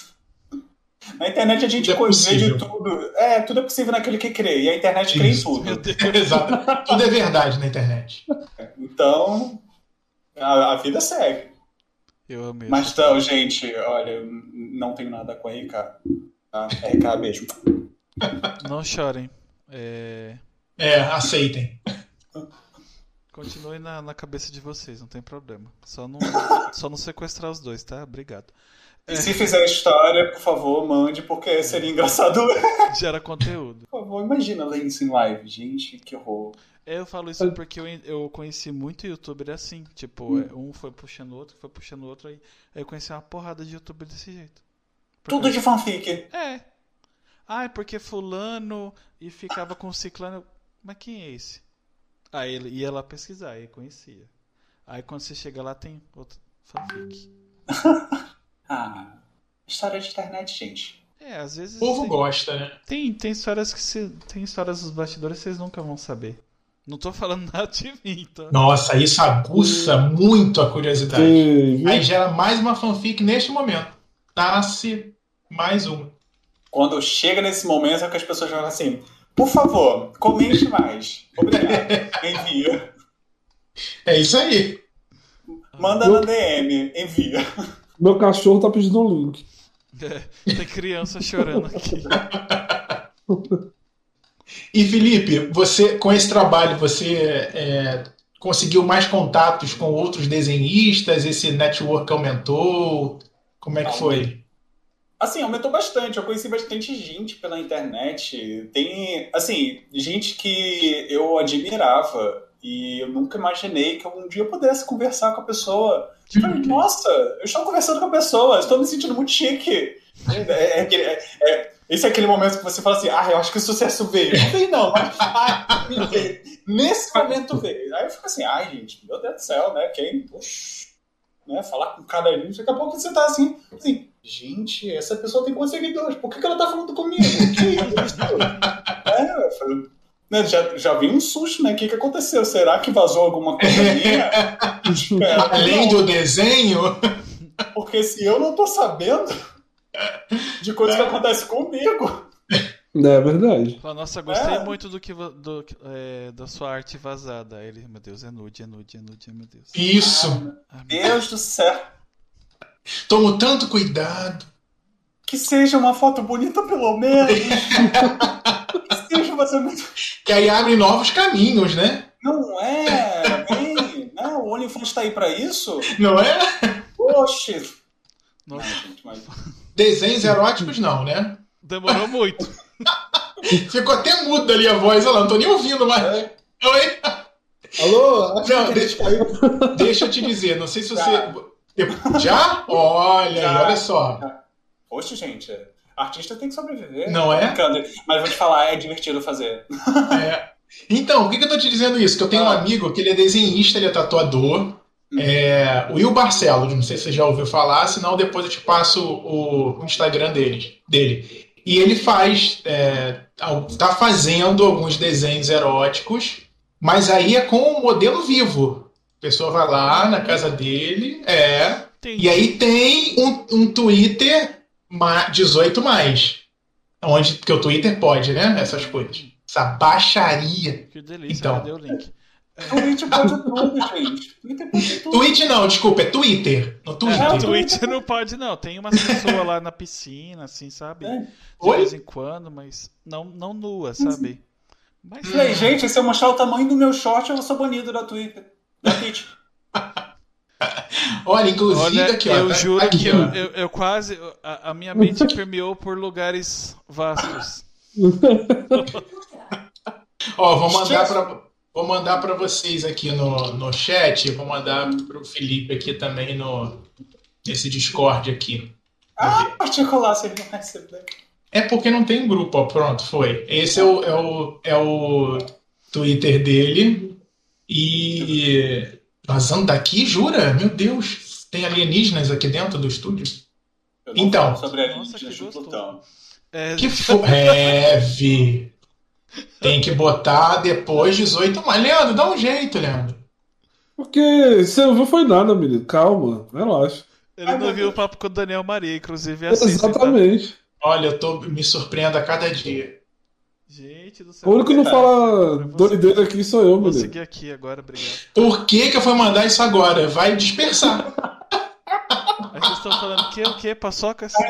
Na internet a gente tudo é possível. de tudo. É, tudo é possível naquele que crê. E a internet crê em tudo. Exato. tudo é verdade na internet. Então, a, a, vida segue. Eu amei. Mas então, gente, olha, não tenho nada com a RK. Tá? RK mesmo. Não chorem. É, é aceitem. Continue na, na cabeça de vocês, não tem problema. Só não, só não sequestrar os dois, tá? Obrigado. E se fizer história, por favor, mande, porque seria engraçado. Gera conteúndo. Por favor, imagina ler isso em live. Gente, que horror. É, Eu falo isso porque eu, eu conheci muito youtuber assim. Tipo, hum. um foi puxando o outro, foi puxando o outro. Aí eu conheci uma porrada de youtuber desse jeito. Porque... Tudo de fanfic. É. Ah, é porque fulano e ficava com ciclano. Mas quem é esse? Aí ele ia lá pesquisar, aí conhecia. Aí quando você chega lá tem outro fanfic. ah, história de internet, gente. É, às vezes. O povo tem... gosta, né? Tem, tem histórias que se... tem histórias dos bastidores que vocês nunca vão saber. Não tô falando nada de mim, tá? Nossa, isso aguça e... muito a curiosidade. E... Aí gera mais uma fanfic neste momento. Nasce mais uma. Quando chega nesse momento é que as pessoas falam assim: por favor, comente mais. Obrigado. Envia. É isso aí. Manda Meu... na DM, envia. Meu cachorro tá pedindo um link. É, tem criança chorando aqui. E Felipe, você com esse trabalho você é, conseguiu mais contatos com outros desenhistas? Esse network aumentou? Como é que foi? Assim, aumentou bastante. Eu conheci bastante gente pela internet. Tem, assim, gente que eu admirava e eu nunca imaginei que um dia eu pudesse conversar com a pessoa. Eu falei, Tipo, Nossa, eu estou conversando com a pessoa, estou me sentindo muito chique. É, aquele, é, é, esse é aquele momento que você fala assim, ah, eu acho que o sucesso veio. Eu falei, não, mas ah, nesse momento veio. Aí eu fico assim, ai, gente, meu Deus do céu, né? Quem? Poxa, né? Falar com cada um, daqui a pouco você tá assim, assim, gente, essa pessoa tem conseguidores, por que, que ela tá falando comigo? Que isso? é, eu falei, já, já vi um susto, né? O que, que aconteceu? Será que vazou alguma coisa minha? Tipo, Espera, Além não. do desenho? Porque se eu não tô sabendo de coisas é. que acontecem comigo. É verdade. Fala, Nossa, gostei é. muito do que do, é, da sua arte vazada. Ele, meu Deus, é nude, é nude, é nude, meu Deus. Isso! Ah, meu Deus do céu! Tomo tanto cuidado. Que seja uma foto bonita, pelo menos. Que aí abre novos caminhos, né? Não é, bem, né? O OnlyFans está aí para isso? Não é? Poxa! Nossa. Não, gente, mas... Desenhos eróticos não, né? Demorou muito. Ficou até mudo ali a voz, olha lá, não tô nem ouvindo mais. É. Oi? Alô? Não, deixa, deixa, eu te dizer, não sei se você... Já? Já? Olha, Tá. Já. Tá olha só. Já. Poxa, gente, é, Artista tem que sobreviver. Não é? Mas vou te falar, é divertido fazer. É. Então, por que, que eu tô te dizendo isso? Que eu tenho ah. um amigo que ele é desenhista, ele é tatuador. É, o Will Barcelos, não sei se você já ouviu falar, senão depois eu te passo o, o Instagram dele, dele. E ele faz, é, tá fazendo alguns desenhos eróticos, mas aí é com o modelo vivo. A pessoa vai lá na casa dele, é, e aí tem um, um Twitter 18 mais, onde que o Twitter pode, né? Essas coisas, essa baixaria. Que delícia, então, cadê o link? Twitch Então, pode tudo, gente. Twitter pode tudo. Twitch não, desculpa, é Twitter. No Twitter. É, Twitter não pode, não. Tem umas pessoas lá na piscina, assim, sabe? É. De Oi? vez em quando, mas não, não nua, sabe? Mas, Falei, gente, se eu mostrar o tamanho do meu short, eu sou banido da Twitter. Da Twitch. Olha, inclusive Olha, aqui, ó. Eu tá, juro aqui, que eu, eu, eu quase. A, a, minha mente permeou por lugares vastos. ó, vou mandar pra. Vou mandar para vocês aqui no, no chat, vou mandar para o Felipe aqui também no nesse Discord aqui. Ah, particular você não né? recebeu. É porque não tem grupo, ó, pronto, foi. Esse é o, é o, é o Twitter dele. E vazando daqui, jura? Meu Deus, tem alienígenas aqui dentro do estúdio? Então, sobre alienígenas do Plutão. É... Que fo... é, vi. Tem que botar depois 18 mais. Leandro, dá um jeito, Leandro. Porque você não viu foi nada, menino. Calma, relaxa. Ele ah, não viu o papo com o Daniel Maria, inclusive. Assim, Exatamente. Tá... Olha, eu tô me surpreendo a cada dia. Gente do céu. O único que não fala tá- doideira aqui sou eu, Vou menino. seguir aqui agora, obrigado. Por que que eu fui mandar isso agora? Vai dispersar. Aí vocês estão falando que o que? Paçoca? Assim?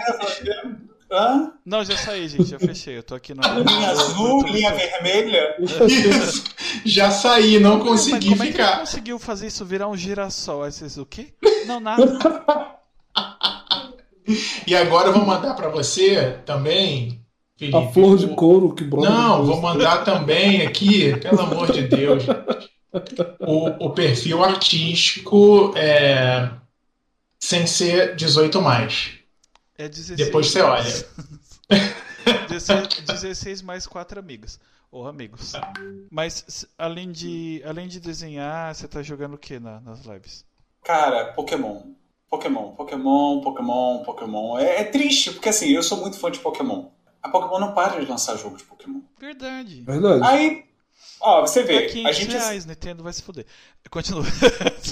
Hã? Não, já saí, gente, já fechei. Eu tô aqui na. Linha azul, linha vermelha? assim, Isso. Já saí, não Meu, consegui mas como ficar. É que conseguiu fazer isso virar um girassol? Aí vocês, o quê? Não, nada. e agora eu vou mandar pra você também. Felipe, a flor de couro que brota. Não, vou mandar também aqui, pelo amor de Deus, o, o perfil artístico é, sem ser 18 mais. É 16 Depois você mais... olha. 16, 16, mais quatro amigas. Ou amigos. Mas além de, além de desenhar, você tá jogando o que na, nas lives? Cara, Pokémon. Pokémon, Pokémon, Pokémon, Pokémon. É, é, triste, porque assim, eu sou muito fã de Pokémon. A Pokémon não para de lançar jogo de Pokémon. Verdade. É Verdade. Aí, ó, você vê. Aqui, a gente... é reais, Nintendo vai se fuder. Continua.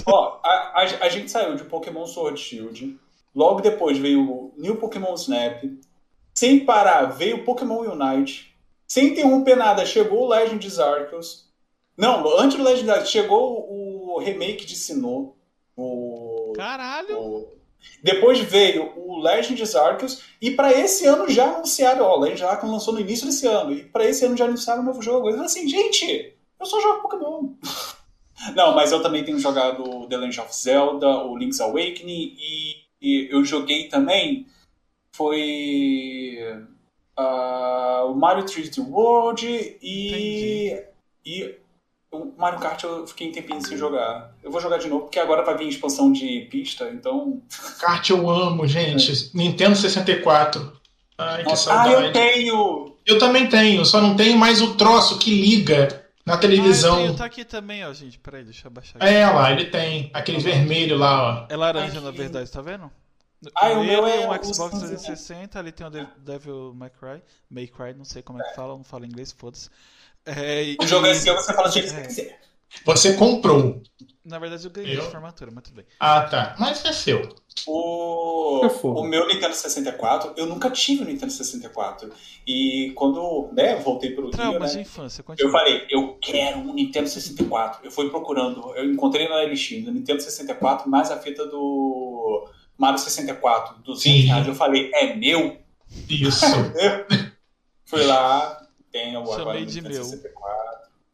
ó, a, a, a gente saiu de Pokémon Sword Shield. Logo depois veio o New Pokémon Snap. Sem parar, veio o Pokémon Unite. Sem interromper nada, chegou o Legends Arceus. Não, antes do Legends Arceus, chegou o remake de Sinnoh. O... Caralho! O... Depois veio o Legends Arceus. E para esse ano já anunciaram... Ó, o Legends Arceus lançou no início desse ano. E para esse ano já anunciaram um novo jogo. Eu falei assim, gente, eu só jogo Pokémon. Não, mas eu também tenho jogado The Legend of Zelda, o Link's Awakening e e eu joguei também foi uh, o Mario 3D World e, Entendi. e o Mario Kart eu fiquei um tempinho sem jogar. Eu vou jogar de novo, porque agora vai vir expansão de pista, então. Kart eu amo, gente. É. Nintendo 64. Ai, que ah, saudade. eu tenho! Eu também tenho, só não tenho mais o troço que liga na televisão. Ah, eu tenho, tá aqui também, ó, gente. Peraí, deixa eu baixar aqui. É, lá, ele tem. Aquele ah, vermelho lá, ó. É laranja, Ai, na verdade, tá vendo? Ah, o meu é um o Xbox 360, ali tem o Devil May Cry, May Cry, não sei como é que fala, não fala inglês, foda-se. É, e... O jogo é seu, você fala do jeito que você quiser. Você comprou. Na verdade, eu ganhei eu? de formatura, mas tudo bem. Ah, tá. Mas é seu. O, o meu Nintendo 64, eu nunca tive o Nintendo 64. E quando né, voltei pro Traumas Rio, né, infância, continua. eu falei, eu quero um Nintendo 64. Eu fui procurando, eu encontrei na LX o Nintendo 64 mais a fita do Mario 64, 200 reais. Eu falei, é meu? Isso. Fui lá, tenho agora Chamei o de Nintendo meu. 64.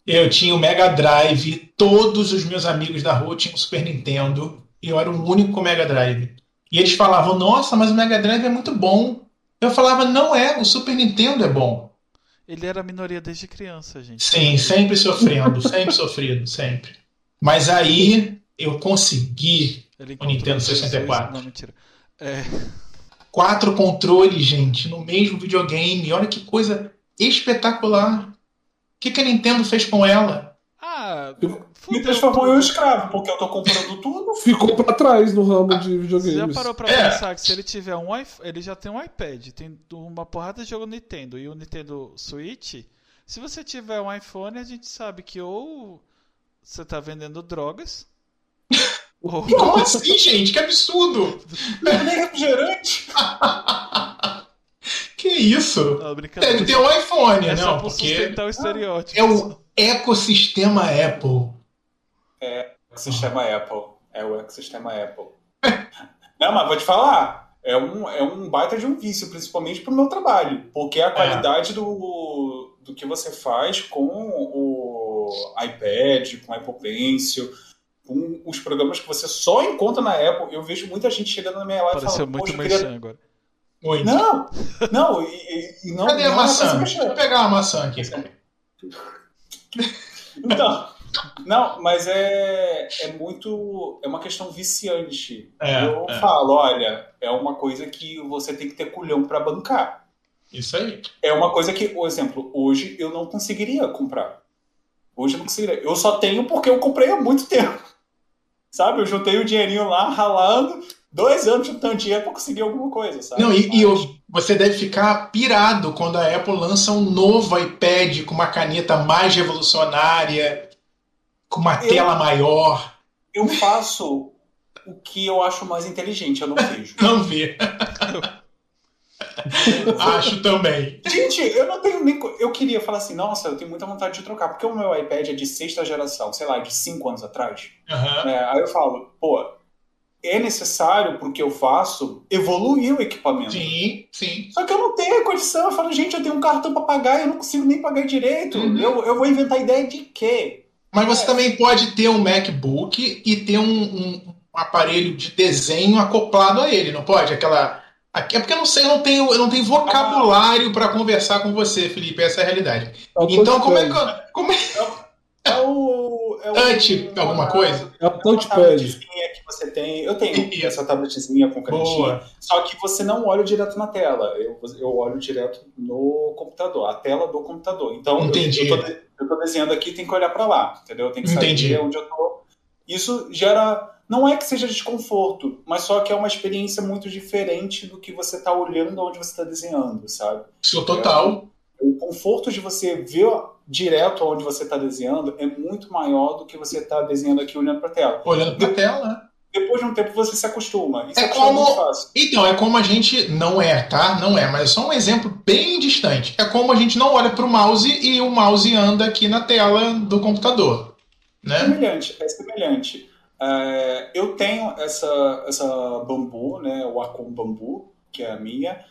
Eu tinha o Mega Drive, todos os meus amigos da rua tinham o Super Nintendo e eu era o único com o Mega Drive. E eles falavam, nossa, mas o Mega Drive é muito bom. Eu falava, não é, o Super Nintendo é bom. Ele era a minoria desde criança, gente. Sim, sempre sofrendo, sempre sofrido, sempre. Mas aí eu consegui o Nintendo 64. Não, mentira. É... Quatro controles, gente, no mesmo videogame. Olha que coisa espetacular. O que, que a Nintendo fez com ela? Ah, Me fudeu transformou tudo. em um escravo, porque eu tô comprando tudo. Ficou pra trás no ramo de Ah, Você já videogames. parou pra É. pensar que se ele tiver um iPhone, ele já tem um iPad, tem uma porrada de jogo Nintendo e o Nintendo Switch. Se você tiver um iPhone, a gente sabe que ou você tá vendendo drogas, ou Como assim, gente? Que absurdo! Eu nem refrigerante. Que isso? não, brincadeira. Deve ter um iPhone, é só não, pra porque sustentar o estereótipo. é o ecossistema Apple. O ecossistema Apple. É o ecossistema Apple. Não, mas vou te falar. É um, é um baita de um vício, principalmente pro meu trabalho. Porque é É. a qualidade do, do que você faz com o iPad, com o Apple Pencil, com os programas que você só encontra na Apple. Eu vejo muita gente chegando na minha live Pareceu falando, muito "Poxa, eu queria merchan agora. Muito. Não, não, e, e- e não. Cadê não a é maçã? pra Deixa se eu mexer. pegar a maçã aqui. Então, não, mas é, é muito. É uma questão viciante. É, eu é. falo, olha, é uma coisa que você tem que ter culhão pra bancar. Isso aí. É uma coisa que, por exemplo, hoje eu não conseguiria comprar. Hoje eu não conseguiria. Eu só tenho porque eu comprei há muito tempo. Sabe? Eu juntei o dinheirinho lá, ralando, dois anos juntando dinheiro pra conseguir alguma coisa, sabe? Não, e, Mas- e eu- você deve ficar pirado quando a Apple lança um novo iPad com uma caneta mais revolucionária, com uma Eu- tela maior. eu faço o que eu acho mais inteligente, eu não vejo. Não vê. Acho também. Gente, eu não tenho nem. co- Eu queria falar assim, nossa, eu tenho muita vontade de trocar, porque o meu iPad é de sexta geração, sei lá, de cinco anos atrás. Aham. né? Aí eu falo, pô, é necessário pro que eu faço evoluir o equipamento. Sim, sim. Só que eu não tenho condição. Eu falo, gente, eu tenho um cartão pra pagar e eu não consigo nem pagar direito. Uhum. Eu, eu vou inventar ideia de quê? Mas você também pode ter um MacBook e ter um, um- um aparelho de desenho acoplado a ele, não pode? Aquela. aqui- É porque eu não sei, eu não tenho, eu não tenho vocabulário para conversar com você, Felipe. Essa é a realidade. Então, como é que. eu- Como é... É o. É o Touch, alguma coisa? É a uma touchpad. tabletzinha que você tem. Eu tenho Isso. essa tabletzinha com canetinha. Boa. Só que você não olha direto na tela. Eu, eu olho direto no computador, a tela do computador. Então, eu- Entendi. Eu, tô, de- eu tô desenhando aqui, tem que olhar para lá, entendeu? Tem que saber Entendi. onde eu tô. Isso gera. Não é que seja desconforto, mas só que é uma experiência muito diferente do que você tá olhando onde você tá desenhando, sabe? Isso total. o conforto de você ver direto onde você está desenhando é muito maior do que você está desenhando aqui olhando para a tela. Olhando pra tela, né? Depois de um tempo você se acostuma. E se É acostuma como- muito fácil. Então, é como a gente não é, tá? Não é, mas é só um exemplo bem distante. É como a gente não olha pro mouse e o mouse anda aqui na tela do computador, É né? semelhante, é semelhante. É, eu tenho essa, essa bambu, né, o Acum Bambu, que é a minha,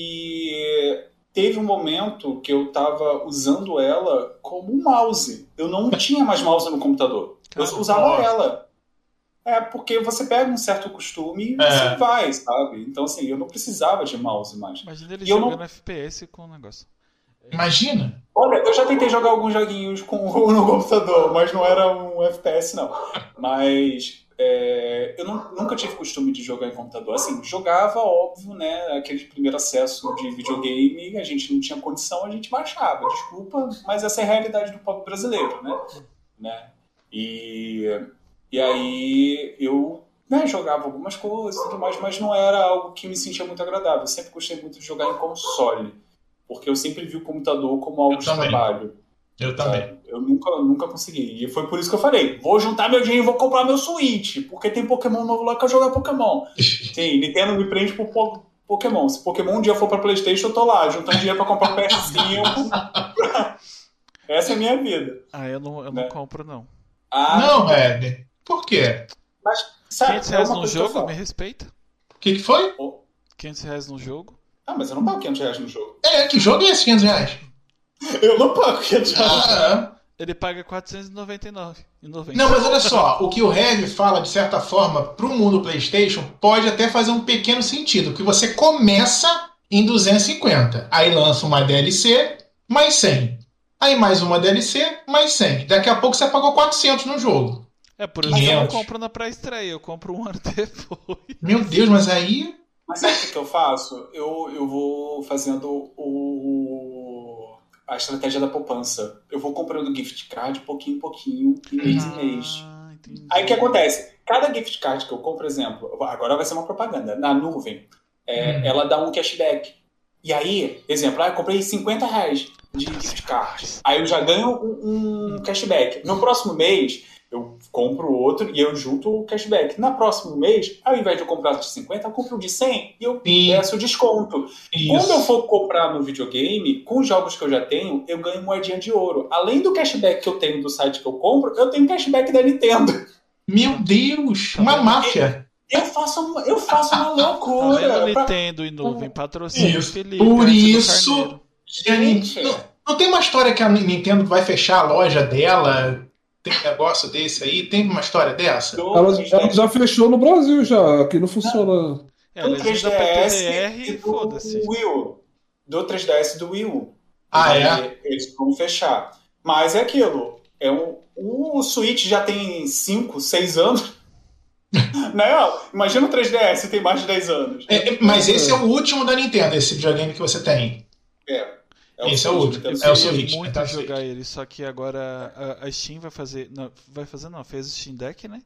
e teve um momento que eu estava usando ela como um mouse. Eu não tinha mais mouse no computador. Eu Cara, usava nossa. ela. É, porque você pega um certo costume e É. você vai, sabe? Então, assim, eu não precisava de mouse mais. Imagina ele E eu não- jogando FPS com o negócio. Imagina. Olha, eu já tentei jogar alguns joguinhos com no computador, mas não era um FPS, não. Mas é, eu nu- nunca tive costume de jogar em computador. Assim, jogava, óbvio, né? Aquele primeiro acesso de videogame, a gente não tinha condição, a gente baixava. Desculpa, mas essa é a realidade do povo brasileiro, né? né? E, e aí eu né, jogava algumas coisas e tudo mais, mas não era algo que me sentia muito agradável. Eu sempre gostei muito de jogar em console, porque eu sempre vi o computador como algo Eu de também. trabalho. Eu Sabe? Eu nunca, nunca consegui. E foi por isso que eu falei: vou juntar meu dinheiro e vou comprar meu Switch, porque tem Pokémon novo lá que eu jogar Pokémon. Sim, Nintendo me prende por po- Pokémon. Se Pokémon um dia for pra Playstation, eu tô lá, juntando dinheiro pra comprar um PS5. Essa é a minha vida. Ah, eu não, eu não Né? compro, não. Ah, Não, Red. Por quê? sabe, 500 é reais uma num coisa que eu jogo? falo. Me respeita. O que, que foi? 500 reais num jogo? Ah, mas eu não pago 500 reais no jogo. É, que jogo é esse 500 reais? Eu não pago 500 Ah, é. Ele paga 499,90. não, mas olha só. O que o Red fala, de certa forma, pro mundo PlayStation, pode até fazer um pequeno sentido. Que você começa em 250. Aí lança uma DLC, mais 100. Aí mais uma DLC, mais 100. Daqui a pouco você pagou 400 no jogo. É por isso que eu não 500. compro na pré-estreia, eu compro um ano depois. Meu Deus, mas aí. Mas sabe o que que eu faço? Eu, eu vou fazendo o a estratégia da poupança. Eu vou comprando gift card pouquinho em pouquinho, de mês em mês. Ah, entendi. Aí o que é acontece? Cada gift card que eu compro, por exemplo, agora vai ser uma propaganda, na nuvem, é, Uhum. ela dá um cashback. E aí, exemplo, ah, eu comprei 50 reais de gift card. Aí eu já ganho um, um cashback. No próximo mês, eu compro outro e eu junto o cashback. No próximo mês, ao invés de eu comprar de 50, eu compro de 100 e eu Sim. peço desconto. É, Quando eu Isso. for comprar no videogame, com os jogos que eu já tenho, eu ganho moedinha de ouro. Além do cashback que eu tenho do site que eu compro, eu tenho cashback da Nintendo. Meu Deus, É, uma máfia. Eu faço uma, eu faço uma Tá vendo, loucura. pra- Nintendo e nuvem? Patrocínio Isso. Felipe. Por antes do isso- Carneiro. Gente, Não tem uma história que a Nintendo vai fechar a loja dela? Tem um negócio desse aí? Tem uma história dessa? do Ela, ela 3DS, já fechou no Brasil, já. Aqui não funciona. É, ela do usa 3DS PTBR e e do foda-se. Wii U. Do 3DS e do Wii U. Ah, E é? Eles vão fechar. Mas é aquilo. É um, o Switch já tem 5, 6 anos. Não, imagina o 3DS, tem mais de 10 anos. É, é, mas esse é o último da Nintendo, esse videogame que você tem. É. Esse é o Switch, último. então, Eu É o queria Switch, muito tá certo. jogar ele, só que agora a, a Steam vai fazer. Não, vai fazer não, fez o Steam Deck, né?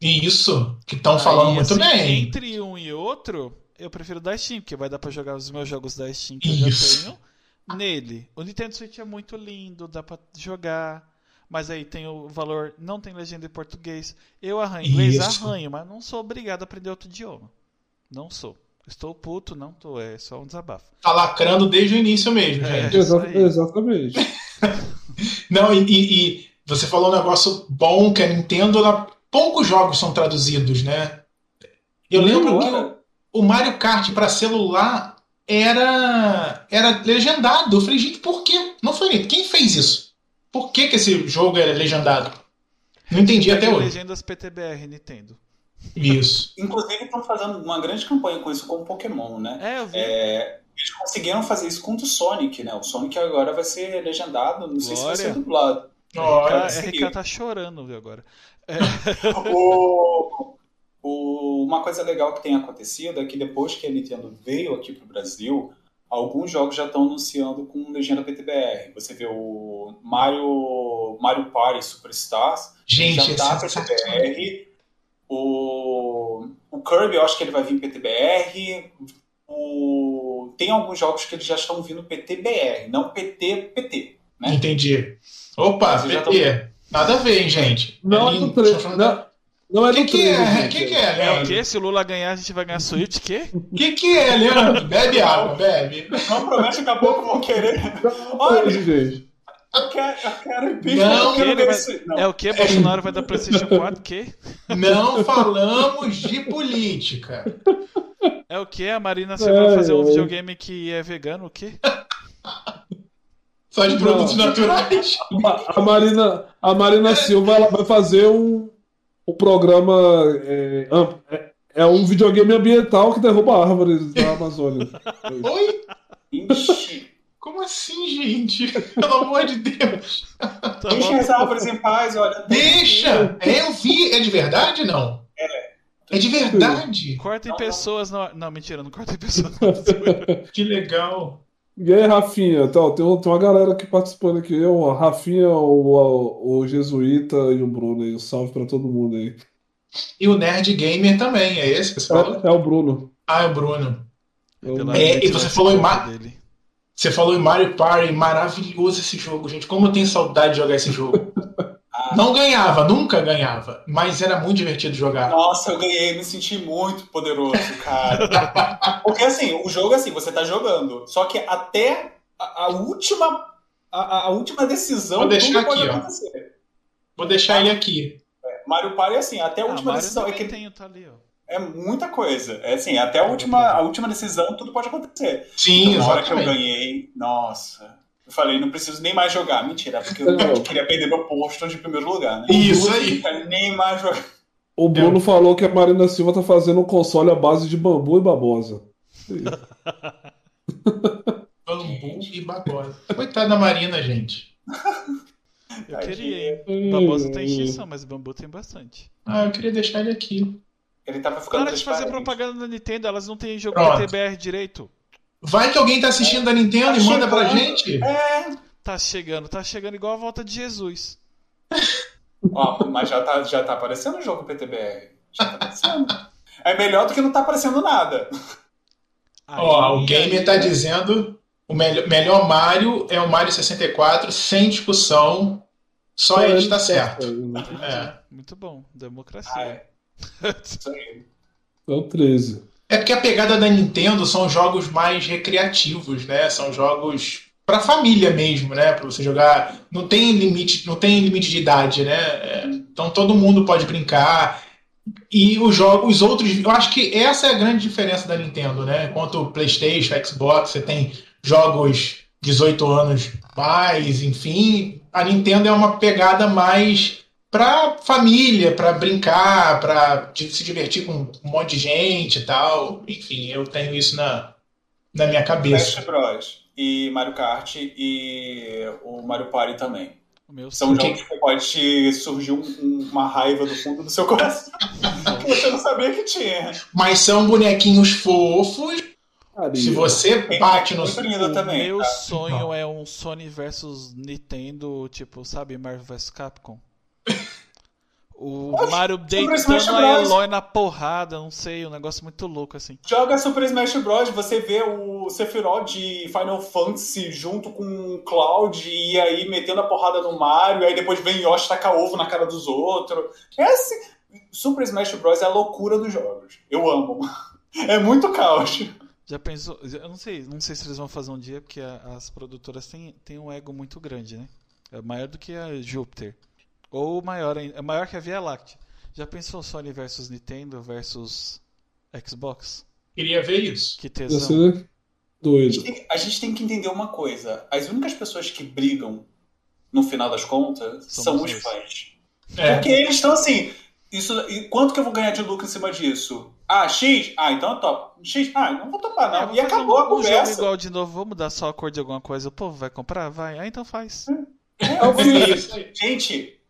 E isso, que estão Aí, falando um muito assim, bem. Entre um e outro, eu prefiro da Steam, porque vai dar pra jogar os meus jogos da Steam que Isso. eu já tenho nele. O Nintendo Switch é muito lindo, dá pra jogar. Mas aí tem o valor, não tem legenda em português. Eu arranho inglês, Isso. arranho, mas não sou obrigado a aprender outro idioma. Não sou. Estou puto, não tô, é só um desabafo. Tá lacrando desde o início mesmo, É. gente. Exa- isso aí. exatamente. Não, e, e- e você falou um negócio bom que a Nintendo, ela- poucos jogos são traduzidos, né? Eu lembro é? que o, o Mario Kart pra celular era era legendado. Eu falei, gente, por quê? Não foi quem fez isso? Por que, que esse jogo era legendado? Não entendi até Tem hoje. Legendas PTBR, Nintendo. Isso. Inclusive, estão fazendo uma grande campanha com isso, com o Pokémon, né? É, eu vi. É, eles conseguiram fazer isso contra o Sonic, né? O Sonic agora vai ser legendado, não sei se vai Glória. ser dublado. a Olha, sim. RK tá chorando viu, agora. O- o- uma coisa legal que tem acontecido é que depois que a Nintendo veio aqui pro Brasil, alguns jogos já estão anunciando com legenda PTBR. Você vê o Mario, Mario Party Superstars, gente, já tá é sensacional. PTBR. O, o Kirby, eu acho que ele vai vir PTBR. O, tem alguns jogos que eles já estão vindo PTBR, não PT, PT. né? Entendi. Opa, Vocês já PT. tá Nada a ver, hein, gente. Não é Lindo. do tre- Tá falando- não- Não é Que do que trailer, é? gente. Que que é, É o Leandro? quê? Se o Lula ganhar, a gente vai ganhar Switch? Quê? Que que é, Leandro? Bebe água, bebe. Não promete que a pouco vão querer. Olha, é gente. Eu quero, eu quero impeachment, Não, eu quero ele ver vai- isso. Não, É o quê? Bolsonaro vai dar PlayStation 4? Quê? Não falamos de política. É o que? A Marina Silva vai Ai, fazer um ai. videogame que é vegano, o quê? Só de Não. produtos naturais. A Marina, a Marina Silva ela vai fazer um, um programa. É, am- é- é um videogame ambiental que derruba árvores da Amazônia. Oi? Ixi, Como assim, gente? Pelo amor de Deus. Tá Deixa bom. as árvores em paz, olha. Deixa! É, eu vi. É de verdade, não? É de verdade. Corta em Não, pessoas. Não, não, mentira, não corta em pessoas. Que legal. E aí, Rafinha? Então, tem, um- tem uma galera aqui participando aqui. Eu, o Rafinha, o, o Jesuíta e o Bruno aí. Um salve pra todo mundo aí. E o Nerd Gamer também, é esse que você falou? É, é o Bruno. Ah, é o Bruno. É o- Pela É, e gente, você né, falou em esse ma- corpo dele. Você falou em Mario Party, maravilhoso esse jogo, gente. Como eu tenho saudade de jogar esse jogo. Ah, Não ganhava, nunca ganhava, mas era muito divertido jogar. Nossa, eu ganhei, me senti muito poderoso, cara. Porque assim, o jogo é assim, você tá jogando. Só que até a, a última. A, a- a última decisão Vou deixar tudo pode aqui, ó. acontecer. Vou deixar ele aqui. Mario Party é assim, até a Ah, última Mario decisão. É, também que tem, tá ali, ó. é muita coisa. É assim, até a última, a última decisão tudo pode acontecer. Sim, na Então, hora que eu exatamente. ganhei, nossa. Eu falei, não preciso nem mais jogar. Mentira, porque eu Não. queria perder meu posto de primeiro lugar, né? Isso aí. Eu quero Nem mais jogar. É. O Bruno falou que a Marina Silva tá fazendo um console à base de bambu e babosa. Bambu e babosa. Coitada da Marina, gente. Eu Tadinho. queria, hein? Babosa tem Hum. extinção, mas bambu tem bastante. Ah, eu queria deixar ele aqui. Ele tava ficando Para de fazer transparente. propaganda da Nintendo, elas não têm jogo Pronto. PTBR direito. Vai que alguém tá assistindo da Nintendo Tá e manda pra chegando. gente. É. Tá chegando, tá chegando igual a volta de Jesus. Ó, mas já tá, já tá aparecendo o jogo PTBR. Já tá aparecendo. É melhor do que não tá aparecendo nada. Ó, o Aí- gamer né? tá dizendo o melhor, melhor Mario é o Mario 64, sem discussão. Só Só ele ele tá tá certo. Então Entendi. É. Muito bom, Ah, democracia. é. Isso aí. 13. É porque a pegada da Nintendo são jogos mais recreativos, né? São jogos pra família mesmo, né? Pra você jogar. Não tem limite, não tem limite de idade, né? É, Então todo mundo pode brincar. E os jogos, os outros. Eu acho que essa é a grande diferença da Nintendo, né? Enquanto o PlayStation, Xbox, você tem jogos 18 anos mais, enfim. A Nintendo é uma pegada mais pra família, pra brincar, pra de- se divertir com um monte de gente e tal. Enfim, eu tenho isso na, na minha cabeça. Smash Bros. E Mario Kart e o Mario Party também. O meu São O que- jogos que pode te surgir um- um- uma raiva do fundo do seu coração Uhum. que você não sabia que tinha. Mas são bonequinhos fofos. Se você bate no. Muito lindo O também. meu tá? sonho Então. é um Sony versus Nintendo, tipo, sabe, Marvel vs Capcom? O Oxe, Mario Smash deitando a Bros. Eloy na porrada, não sei, um negócio muito louco assim. Joga Super Smash Bros. Você vê o Sephiroth de Final Fantasy junto com o Cloud e aí metendo a porrada no Mario, e aí depois vem Yoshi tacar ovo na cara dos outros. É assim. Super Smash Bros. é a loucura dos jogos. Eu amo. É muito caos. Já pensou? Eu não sei, não sei se eles vão fazer um dia, porque a- as produtoras têm, têm um ego muito grande, né? É maior do que a Júpiter. Ou maior ainda, é maior que a Via Láctea. Já pensou Sony versus Nintendo versus Xbox? Queria ver isso. Que Ia tesão. ser doido. Tem- A gente tem que entender uma coisa. As únicas pessoas que brigam, no final das contas, Somos são os nós. fãs. É. Porque eles estão assim. Isso, e quanto que eu vou ganhar de lucro em cima disso? Ah, X? Ah, então eu topo. X? Ah, não vou topar, É, não. vamos e fazer acabou a um, um jogo conversa. igual de novo, vamos mudar só a cor de alguma coisa, o povo vai comprar? Vai, ah, então faz. É o FIFA. Isso aí. Gente,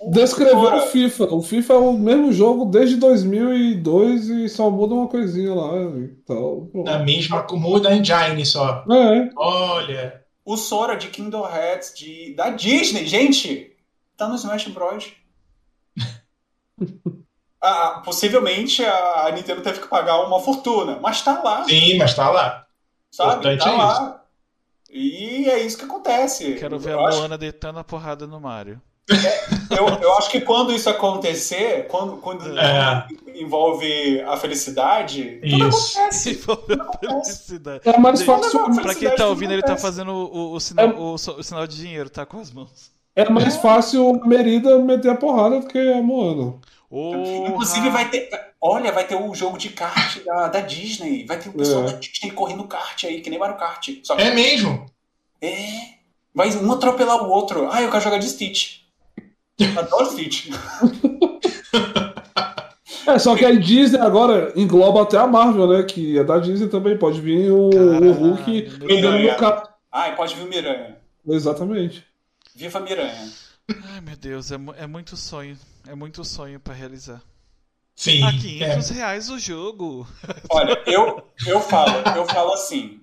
o- Descreveu o Ora, FIFA. O FIFA é o mesmo jogo desde 2002 e só muda uma coisinha lá né? Então, e tal. Pronto. Na mesma muda a engine só. É, Olha. o Sora de Kingdom Hearts de, da Disney, gente, tá no Smash Bros. Ah, possivelmente a a Nintendo teve que pagar uma fortuna, mas tá lá, Sim, mas tá lá. sabe? importante Tá é lá. E é isso que acontece. Quero ver a Eu acho Moana deitando a porrada no Mario. Eu, eu acho que quando isso acontecer, quando, quando É. envolve a felicidade, tudo Isso. Se acontece. for da felicidade. é mais Gente, fácil. não, não, Pra quem tá ouvindo, ele tá Acontece. fazendo o, o sinal, É. o so- o sinal de dinheiro, tá com as mãos. É mais fácil o Merida meter a porrada do que a Moana. Inclusive, vai ter. Olha, vai ter um jogo de kart da, da Disney. Vai ter o pessoal É. da Disney correndo kart aí, que nem Mario Kart. Só que É mesmo. é. Vai um atropelar o outro. Ah, eu quero jogar de Stitch. Adoro Stitch. É, só que a Disney agora engloba até a Marvel, né? Que é da Disney também. Pode vir o, Caralho, o Hulk meu pegando Deus. no carro. Ah, pode vir o Miranha. Exatamente. Viva Miranha. Ai, meu Deus, é, mu- é muito sonho. É muito sonho pra realizar. Sim. A É. 500 reais o jogo. Olha, eu, eu falo, eu falo assim,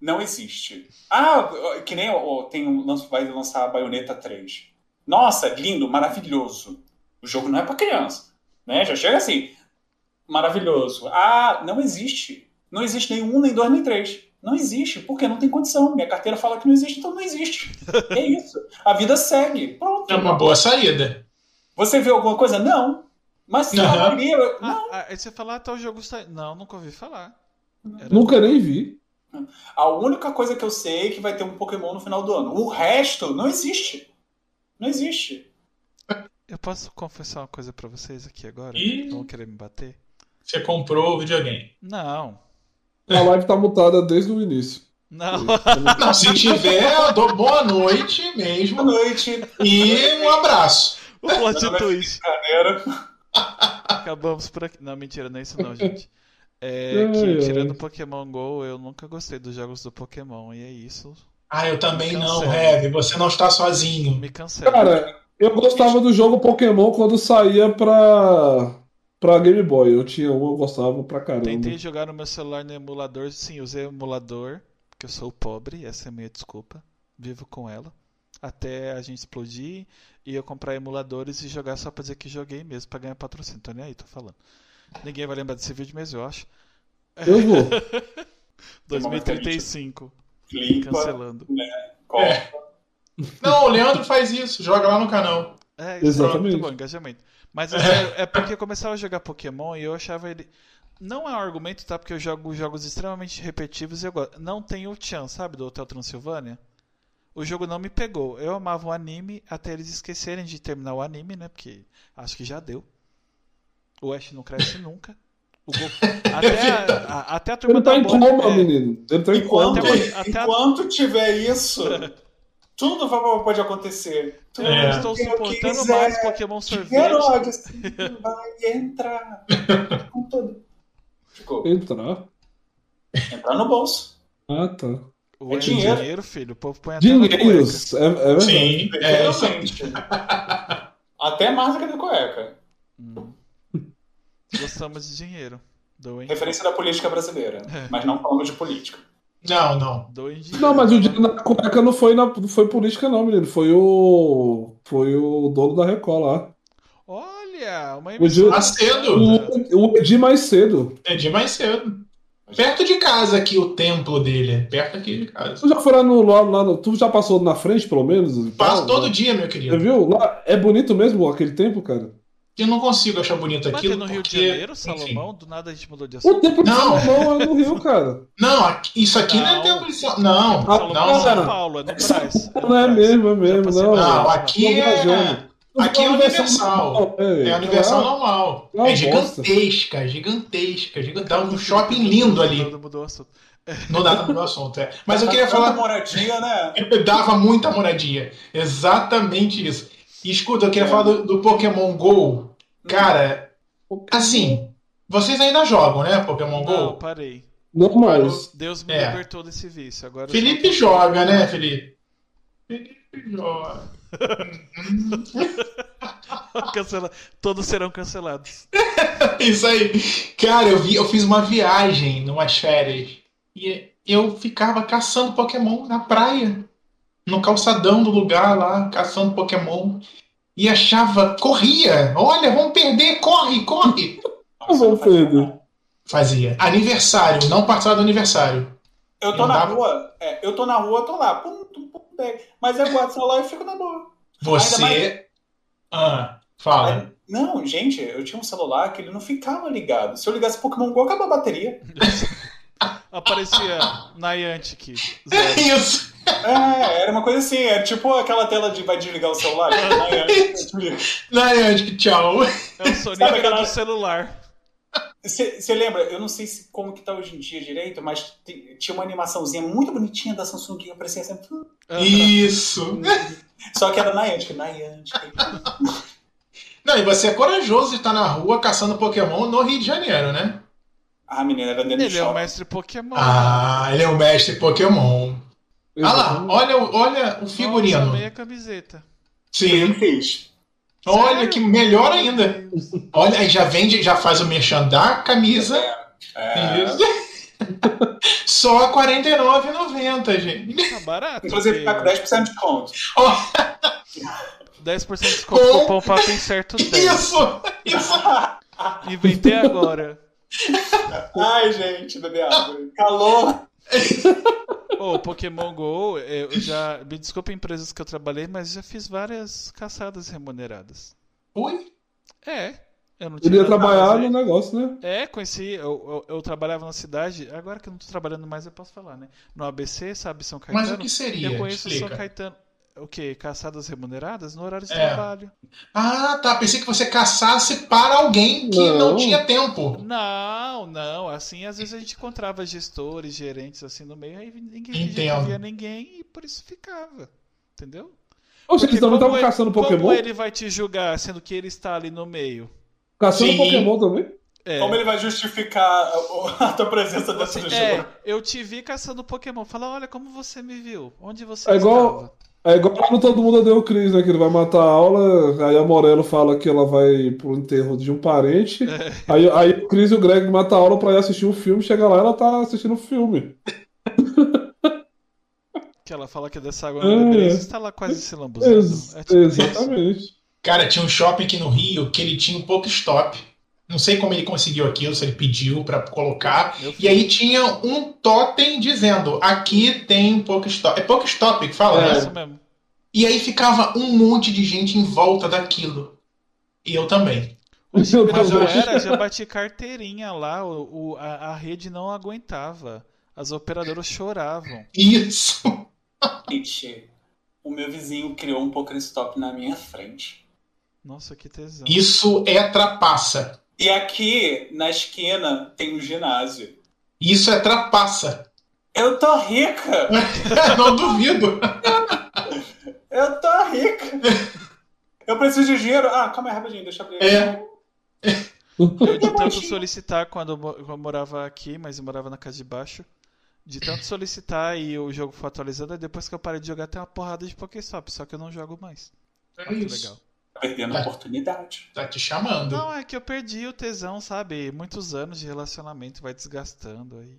não existe. Ah, que nem ó, tem um, lança- vai lançar a Bayonetta 3. Nossa, lindo, maravilhoso. O jogo não é pra criança, né? Já chega assim, maravilhoso. Ah, não existe. Não existe nenhum, nem dois, nem três. Não existe, porque não tem condição. Minha carteira fala que não existe, então não existe. É isso. A vida segue. Pronto. É uma boa saída. Você vê alguma coisa? Não. Mas se eu Aham. queria, eu- não. Ah, ah, aí você fala, ah, tá, o jogo sai. Não, nunca ouvi falar. Era- Nunca nem vi. A única coisa que eu sei é que vai ter um Pokémon no final do ano. O resto não existe. Não existe. Eu posso confessar uma coisa pra vocês aqui agora? Ih. Vão querer me bater? Você comprou o videogame. Não. A live tá mutada desde o início. Não. Não, se tiver, eu dou boa noite mesmo. Boa noite, E um abraço. O é plot twist. galera. Acabamos por aqui. Não, mentira, não é isso não, gente. É Ai, que ai. tirando Pokémon GO, eu nunca gostei dos jogos do Pokémon. E é isso. Ah, eu também não, Cancela. Heavy. Você não está sozinho. Me cancela. Cara, eu gostava do jogo Pokémon quando saía pra. pra Game Boy. Eu tinha uma, eu gostava pra caramba. Tentei jogar no meu celular no emulador. Sim, usei emulador, porque eu sou pobre, essa é a minha desculpa. Vivo com ela. Até a gente explodir e eu comprar emuladores e jogar só pra dizer que joguei mesmo, pra ganhar patrocínio. Tô nem aí, tô falando. Ninguém vai lembrar desse vídeo mesmo, eu acho. Eu vou. 2035. Limpa, Cancelando. né? Copa. É. Não, o Leandro faz isso, joga lá no canal. É, Exatamente. muito bom, engajamento. Mas é, é porque eu começava a jogar Pokémon e eu achava ele. Não é um argumento, tá? Porque eu jogo jogos extremamente repetitivos e eu gosto. Não tem o Chan, sabe, do Hotel Transilvânia? O jogo não me pegou. Eu amava o anime até eles esquecerem de terminar o anime, né? Porque acho que já deu. O Ash não cresce nunca. O Goku. Até a, a- até a turma Ele tá da em Mônica- coma, é, menino. Ele tá em coma. Enquanto, Até- até- enquanto tiver isso, tudo vai- pode acontecer. Tudo Eu É. não estou que eu suportando quiser. é mais Pokémon sorvete. Herodes vai entrar com tudo. Ficou. Entrar. Entrar no bolso. Ah, tá. O É dinheiro. dinheiro. filho. O povo põe até no cueca. Dinheiros. É, é verdade. Sim, é isso aí. Literalmente. Até mais do que da cueca. Hum. Gostamos de dinheiro. Doem, Referência da política brasileira. É. Mas não falando de política. Não, não. doem dinheiro. Não, mas o dinheiro. dinheiro na cueca não foi, na, não foi política, não, menino. Foi o. Foi o dono da Record lá. Olha, uma O Gil- emissora. Tá cedo. O, o Edir mais cedo. É de mais cedo. Perto de casa aqui, o templo dele. Perto aqui de casa. Tu já foi lá no, lá, lá no. Tu já passou na frente, pelo menos? Passo todo dia. dia, meu Você querido. viu? Lá é bonito mesmo aquele tempo, cara. Eu não consigo achar bonito Mas tem aquilo. no Rio porque- de Janeiro, enfim. Salomão, do nada a gente mudou de assunto. O tempo de Não. Salomão é no Rio, cara. Não, aqui- isso aqui não, Não. é tempo de São Não, Ah, Salomão é não. São cara. Paulo, é no Brás. Não é mesmo, é mesmo, passei não. por lá. Não, aqui Tô é. viajando. Aqui é Não, universal. É a universal normal. é uma É bosta. gigantesca, gigantesca, gigantesca. Dá um shopping lindo ali. Mudou, mudou o assunto. Não dá pra mudar o assunto, é. Mas eu queria Tanta falar. moradia, né? Dava muita moradia. Exatamente isso. E, escuta, eu queria falar do, do Pokémon GO. Cara, assim, vocês ainda jogam, né? Pokémon Não, GO? parei. Não mais. Deus me É. libertou desse vício. Agora eu Felipe joga, né, Felipe? Felipe joga. sou- cancela- Todos serão cancelados. Isso aí. Cara, eu, vi, eu fiz uma viagem numas férias. E eu ficava caçando Pokémon na praia. No calçadão do lugar lá, caçando Pokémon. E achava, corria! Olha, vamos perder, corre, corre! Eu vou perder. Fazia. Aniversário, não participar do aniversário. Eu tô Não dá- na rua, é, eu tô na rua, eu tô lá. Pum, tum, pum, bem. Mas eu guardo o celular e fico na boa. Você. Ainda mais- Ah, fala. Aí- Não, gente, eu tinha um celular que ele não ficava ligado. Se eu ligasse Pokémon Go, acabou a niantic Aparecia Niantic. É Zero. isso! É, era uma coisa assim, é tipo aquela tela de vai desligar o celular. né? Nayane, tchau. É o Sabe Sonic aquela- do celular. Você lembra? Eu não sei se, como que tá hoje em dia direito, mas tem- tinha uma animaçãozinha muito bonitinha da Samsung que aparecia sempre. "Hum." Isso! Só que era Niantic, Niantic. Não, e você é corajoso de estar na rua caçando Pokémon no Rio de Janeiro, né? Ah, menina, era dentro do Ele é o shopping. mestre Pokémon. Ah, ele é o mestre Pokémon. Ah lá, Exatamente. olha, o- olha o Nossa, figurino. meia camiseta. Sim. Fiz. Olha que melhor ainda. Olha, aí já vende, já faz o merchan da camisa. É, Isso. Só R$ 49,90, gente. Tá barato. inclusive, tá com porque 10% de desconto. 10% de desconto, Com- cupom papo incerto 10. Isso! Isso! Inventei agora. Ai, gente, bebê água. Calor. Ô, Pokémon GO, é, eu já. Me desculpa empresas que eu trabalhei, mas já fiz várias caçadas remuneradas. Ui, É. Eu não Ele ia nada a trabalhar fazer. no negócio, né? É, conheci. Eu, eu, eu trabalhava na cidade, agora que eu não tô trabalhando mais, eu posso falar, né? No ABC, sabe, São mas Caetano. o que seria? eu conheço São Explica. Caetano. O quê? Caçadas remuneradas? No horário de É. trabalho. Ah, tá. Pensei que você caçasse para alguém que não, Não. tinha tempo. Não, não. Assim, às vezes a gente encontrava gestores, gerentes assim no meio, aí ninguém a gente Entendo. não via ninguém e por isso ficava. Entendeu? Ou seja, eles como também é estavam ele- caçando Como Pokémon? ele vai te julgar, sendo que ele está ali no meio? Caçando Sim. Pokémon também? É, Como ele vai justificar a, a tua presença dentro do jogo? é, eu te vi caçando Pokémon. Fala, olha como você me viu. Onde você É igual- estava? É igual quando todo mundo odeia o Chris, né? Que ele vai matar a aula, aí a Morello fala que ela vai pro enterro de um parente. É. Aí, aí o Chris e o Greg matam a aula pra ir assistir um filme, chega lá ela tá assistindo um filme. Que ela fala que dessa água não beberia, É. você está lá quase se lambuzando. Ex- É tipo isso. exatamente. Cara, tinha um shopping aqui no Rio que ele tinha um pop-stop. Não sei como ele conseguiu aquilo, se ele pediu pra colocar. Meu E aí tinha um totem dizendo: aqui tem um Pokestop. É Pokestop que fala, É né? isso mesmo. E aí ficava um monte de gente em volta daquilo. E eu também. Oxi, Meu mas eu Deus. era, já bati carteirinha lá, o, o- a, a rede não aguentava. As operadoras choravam. Isso. Gente, o meu vizinho criou um Pokéstop na minha frente. Nossa, que tesão. Isso é trapaça. E aqui, na esquina, tem um ginásio. Isso é trapaça. Eu tô rica! Não duvido. Eu tô rica! Eu preciso de dinheiro. Ah, calma aí, rapidinho, deixa eu abrir. É. Eu de tanto solicitar quando eu mo- eu morava aqui, mas eu morava na casa de baixo. De tanto solicitar e o jogo foi atualizando, aí depois que eu parei de jogar tem uma porrada de Pokéstop, só que eu não jogo mais. É Olha que isso. legal. Tá perdendo a oportunidade. Tá te chamando. Não, é que eu perdi o tesão, sabe? Muitos anos de relacionamento vai desgastando aí.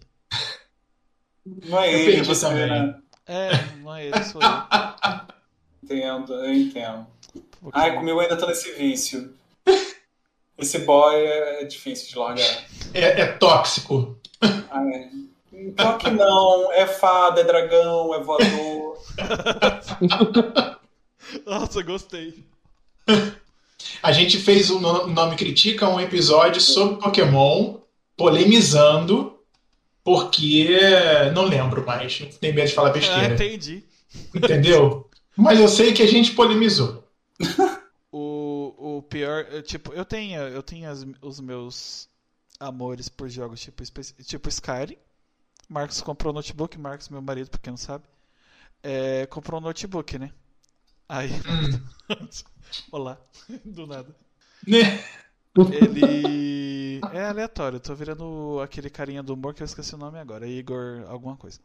Não é Eu ele, perdi você também. né? É, não é ele, sou eu. Entendo, eu entendo. Ai, Pokémon. comigo ainda tô nesse vício. Esse boy é difícil de largar. É, é tóxico. Ai, Pior É. que não, é fada, é dragão, é voador. Nossa, gostei. A gente fez o No- Nome Critica um episódio sobre Pokémon, polemizando, porque não lembro mais. Tenho medo de falar Ah, besteira. entendi. Entendeu? Mas eu sei que a gente polemizou. O, o pior, eu, tipo, eu tenho, eu tenho as- os meus amores por jogos tipo, espe- tipo Skyrim. Marcos comprou um notebook, Marcos, meu marido, pra quem não sabe, é, comprou um notebook, né? Aí, Hum. olá, do nada. Né? Ele é aleatório, eu tô virando aquele carinha do humor que eu esqueci o nome agora, Igor alguma coisa.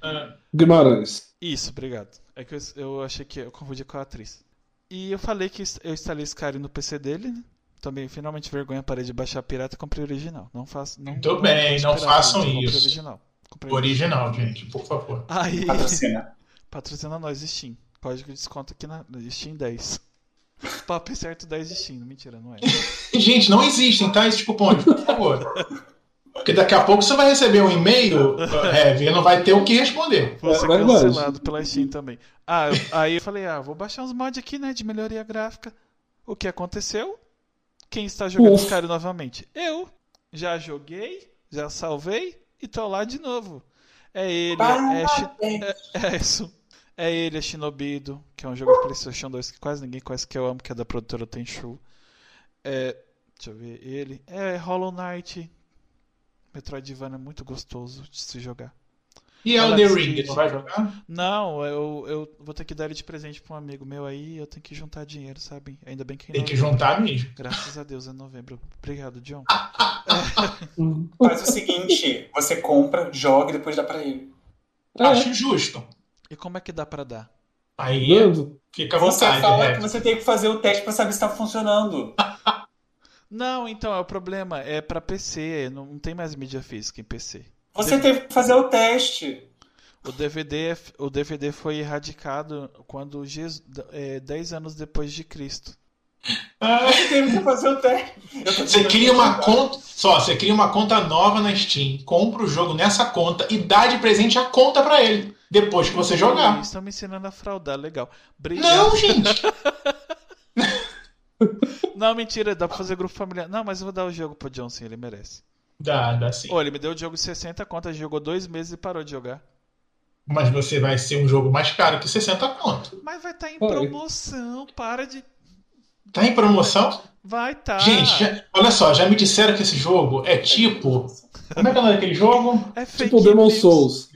Ah, Guimarães. Isso, obrigado. É que eu, eu achei que eu confundi com a atriz. E eu falei que eu instalei Skyrim no PC dele, né? Também, finalmente, vergonha, parei de baixar pirata e comprei o original. Não faço. Não, Muito bem, não pirata, façam gente, comprei o isso. original. Comprei o original. Original, gente, por favor. Aí, Patrocina. patrocina nós, Steam. Código de desconto aqui na na Steam 10. Papo é certo 10 de Steam. Mentira, não é. Gente, não existem, tá? Esses cupons, por favor. Porque daqui a pouco você vai receber um e-mail, eh, Heavy, e não vai ter o que responder. Vou ser É verdade. cancelado pela Steam também. Ah, eu- aí eu falei, ah, vou baixar uns mods aqui, né, de melhoria gráfica. O que aconteceu? Quem está jogando Ufa. Skyrim novamente? Eu. Já joguei, já salvei e tô lá de novo. É ele, é, Shi- é, é isso. É ele, é Shinobido, que é um jogo de PlayStation 2 que quase ninguém conhece, que eu amo, que é da produtora Tenchu. É, deixa eu ver, ele. É Hollow Knight. Metroidvania é muito gostoso de se jogar. E Elder Ring, assim, tá? não vai jogar? Não, eu, eu vou ter que dar ele de presente pra um amigo meu aí, eu tenho que juntar dinheiro, sabe? Ainda bem que Tem não. que juntar mesmo. Graças a Deus é novembro. Obrigado, John. Faz o seguinte, você compra, joga e depois dá pra ele. É, Acho justo. E como é que dá pra dar? é Aí vendo? fica à É. Você É vontade, fala que Heavy. você tem que fazer o teste pra saber se tá funcionando. Não, então é o problema, é pra PC, não, não tem mais mídia física em PC. Você teve que fazer o teste. O DVD, é f- o DVD foi erradicado quando Jesus, é, 10 anos depois de Cristo. Ah, Você teve que fazer o teste. Eu tô Você te- cria uma conta. Só, você cria uma conta nova na Steam, compra o jogo nessa conta e dá de presente a conta pra ele. Depois que você Ih, jogar. Estão me ensinando a fraudar, legal. Obrigado. Não, gente. Não, mentira, dá pra fazer grupo familiar. Não, mas eu vou dar o jogo pro John sim, ele merece. Dá, dá sim. Ô, ele me deu o jogo de 60 contas, jogou dois meses e parou de jogar. Mas você vai ser um jogo mais caro que 60 conto. Mas vai estar em Oi. promoção, para de. Tá em promoção? Vai tá. estar. Gente, já- olha só, já me disseram que esse jogo é tipo. Como é que é o nome daquele jogo? é fake Tipo Demon news. Souls.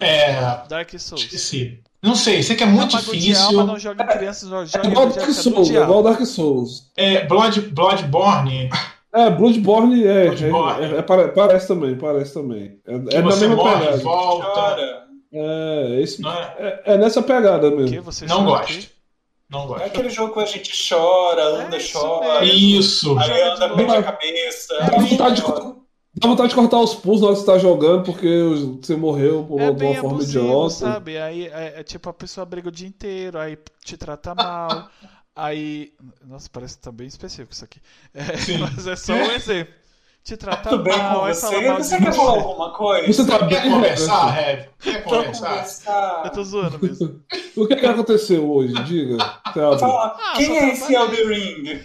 É. Dark Souls. Esqueci. Não sei, sei que é muito Apago de alma, difícil. não joga em crianças, não É joga em igual evangélica Dark do Souls, é diabo. igual Dark Souls. É, Blood, Bloodborne, É, Bloodborne é, Bloodborne. é- é- é- pare- parece também, parece também. É, é que da você mesma morre, pegada. volta. Chora. É, esse, Não, é- é, é nessa pegada Que mesmo. você não chama gosto. aqui? Não É gosto. aquele jogo que a gente chora, anda, É isso chora, mesmo. Isso. aí anda, Joga de perde novo. a cabeça. É aí Dá vontade, de, chora. co- dá vontade de cortar os pulsos na hora que você tá jogando, porque você morreu por, É de uma bem forma abusivo, idiota. sabe? Aí é, é tipo, a pessoa briga o dia inteiro, aí te trata mal, aí. Nossa, parece que tá bem específico isso aqui. É, Sim. mas é só um exemplo. Te trata Tudo bem com mal, aí fala você? mal Você de quer falar alguma coisa? Você tá Quer bem conversar, Rev? Quer Pra conversar? conversar. Eu tô zoando mesmo. assim. O que, que aconteceu hoje? Diga. Thiago. Fala, Ah, quem só é esse trabalhei. Elder Ring?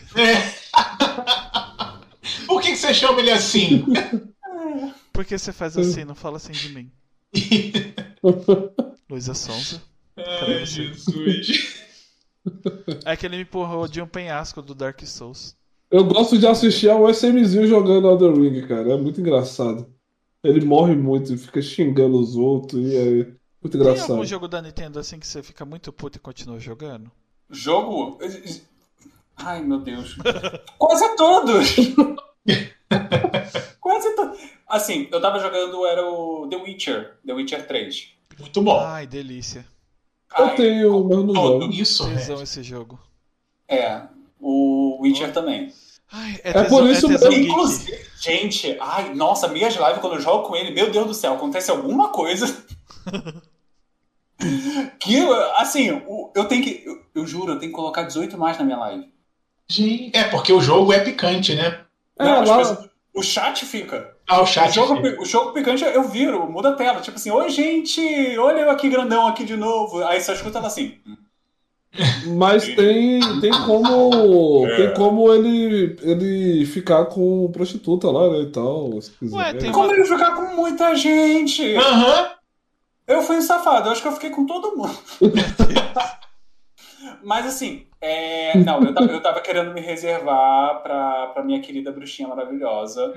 Por que, que você chama ele assim? Por que você faz assim? Não fala assim de mim. Luísa Sonza. Cadê você? Ai, Jesus. É que ele me empurrou de um penhasco do Dark Souls. Eu gosto de assistir ao SMzinho jogando Elden Ring, cara. É muito engraçado. Ele morre muito e fica xingando os outros e é muito Tem engraçado. algum jogo da Nintendo assim que você fica muito puto e continua jogando? Jogo? Ai, meu Deus. Quase todos! Quase todos. Assim, eu tava jogando, era o The Witcher, The Witcher 3. Muito bom. Ai, delícia. Eu Ai, tenho, mas eu não Todo jogo. isso, Tesão Rev. esse jogo. É, o Witcher também. Ai, É tesão- por isso tesão mesmo. um geek. Inclusive, gente, ai, nossa, minhas lives quando eu jogo com ele, meu Deus do céu, acontece alguma coisa. que, assim, o- eu tenho que. Eu, eu juro, eu tenho que colocar 18 mais na minha live. Gente, É porque o jogo é picante, né? É, Não, as lá- pessoas- o chat fica. Ah, o O chat. jogo, pi- o jogo picante eu viro, muda a tela. Tipo assim, oi gente, olha eu aqui grandão aqui de novo. Aí só escuta ela assim. Mas tem, tem como. É. Tem como ele, ele ficar com prostituta lá, né? E tal, se quiser. Ué, tem- Como ele jogar com muita gente? Aham. Eu fui um safado, eu acho que eu fiquei com todo mundo. Mas assim, é, não, eu tava, eu tava querendo me reservar pra, pra minha querida bruxinha maravilhosa.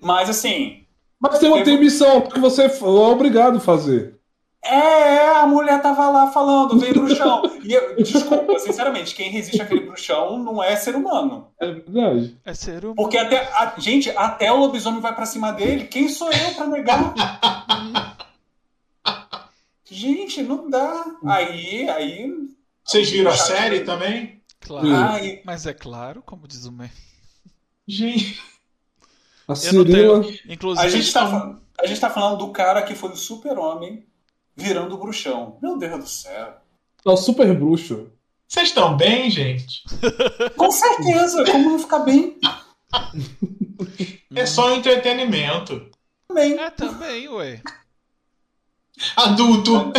Mas assim, Mas tem uma tem missão que você é obrigado a fazer. é, a mulher tava lá falando, vem bruxão. E eu, desculpa, sinceramente, quem resiste àquele bruxão não é ser humano. É verdade. É ser humano. Porque até a- gente, até o lobisomem vai pra cima dele. Quem sou eu pra negar? gente, não dá. Aí, aí. Vocês viram a série também? Claro. Ai, Mas é claro, como diz o meme. Gente. Eu A não Cirila. tenho. Inclusive, a gente tá fa- a gente tá falando do cara que foi o super-homem virando o bruxão. Meu Deus do céu. É o super bruxo. Vocês estão bem, gente? Com certeza, como não ficar bem? É só entretenimento. Bem. É também, ué. Adulto.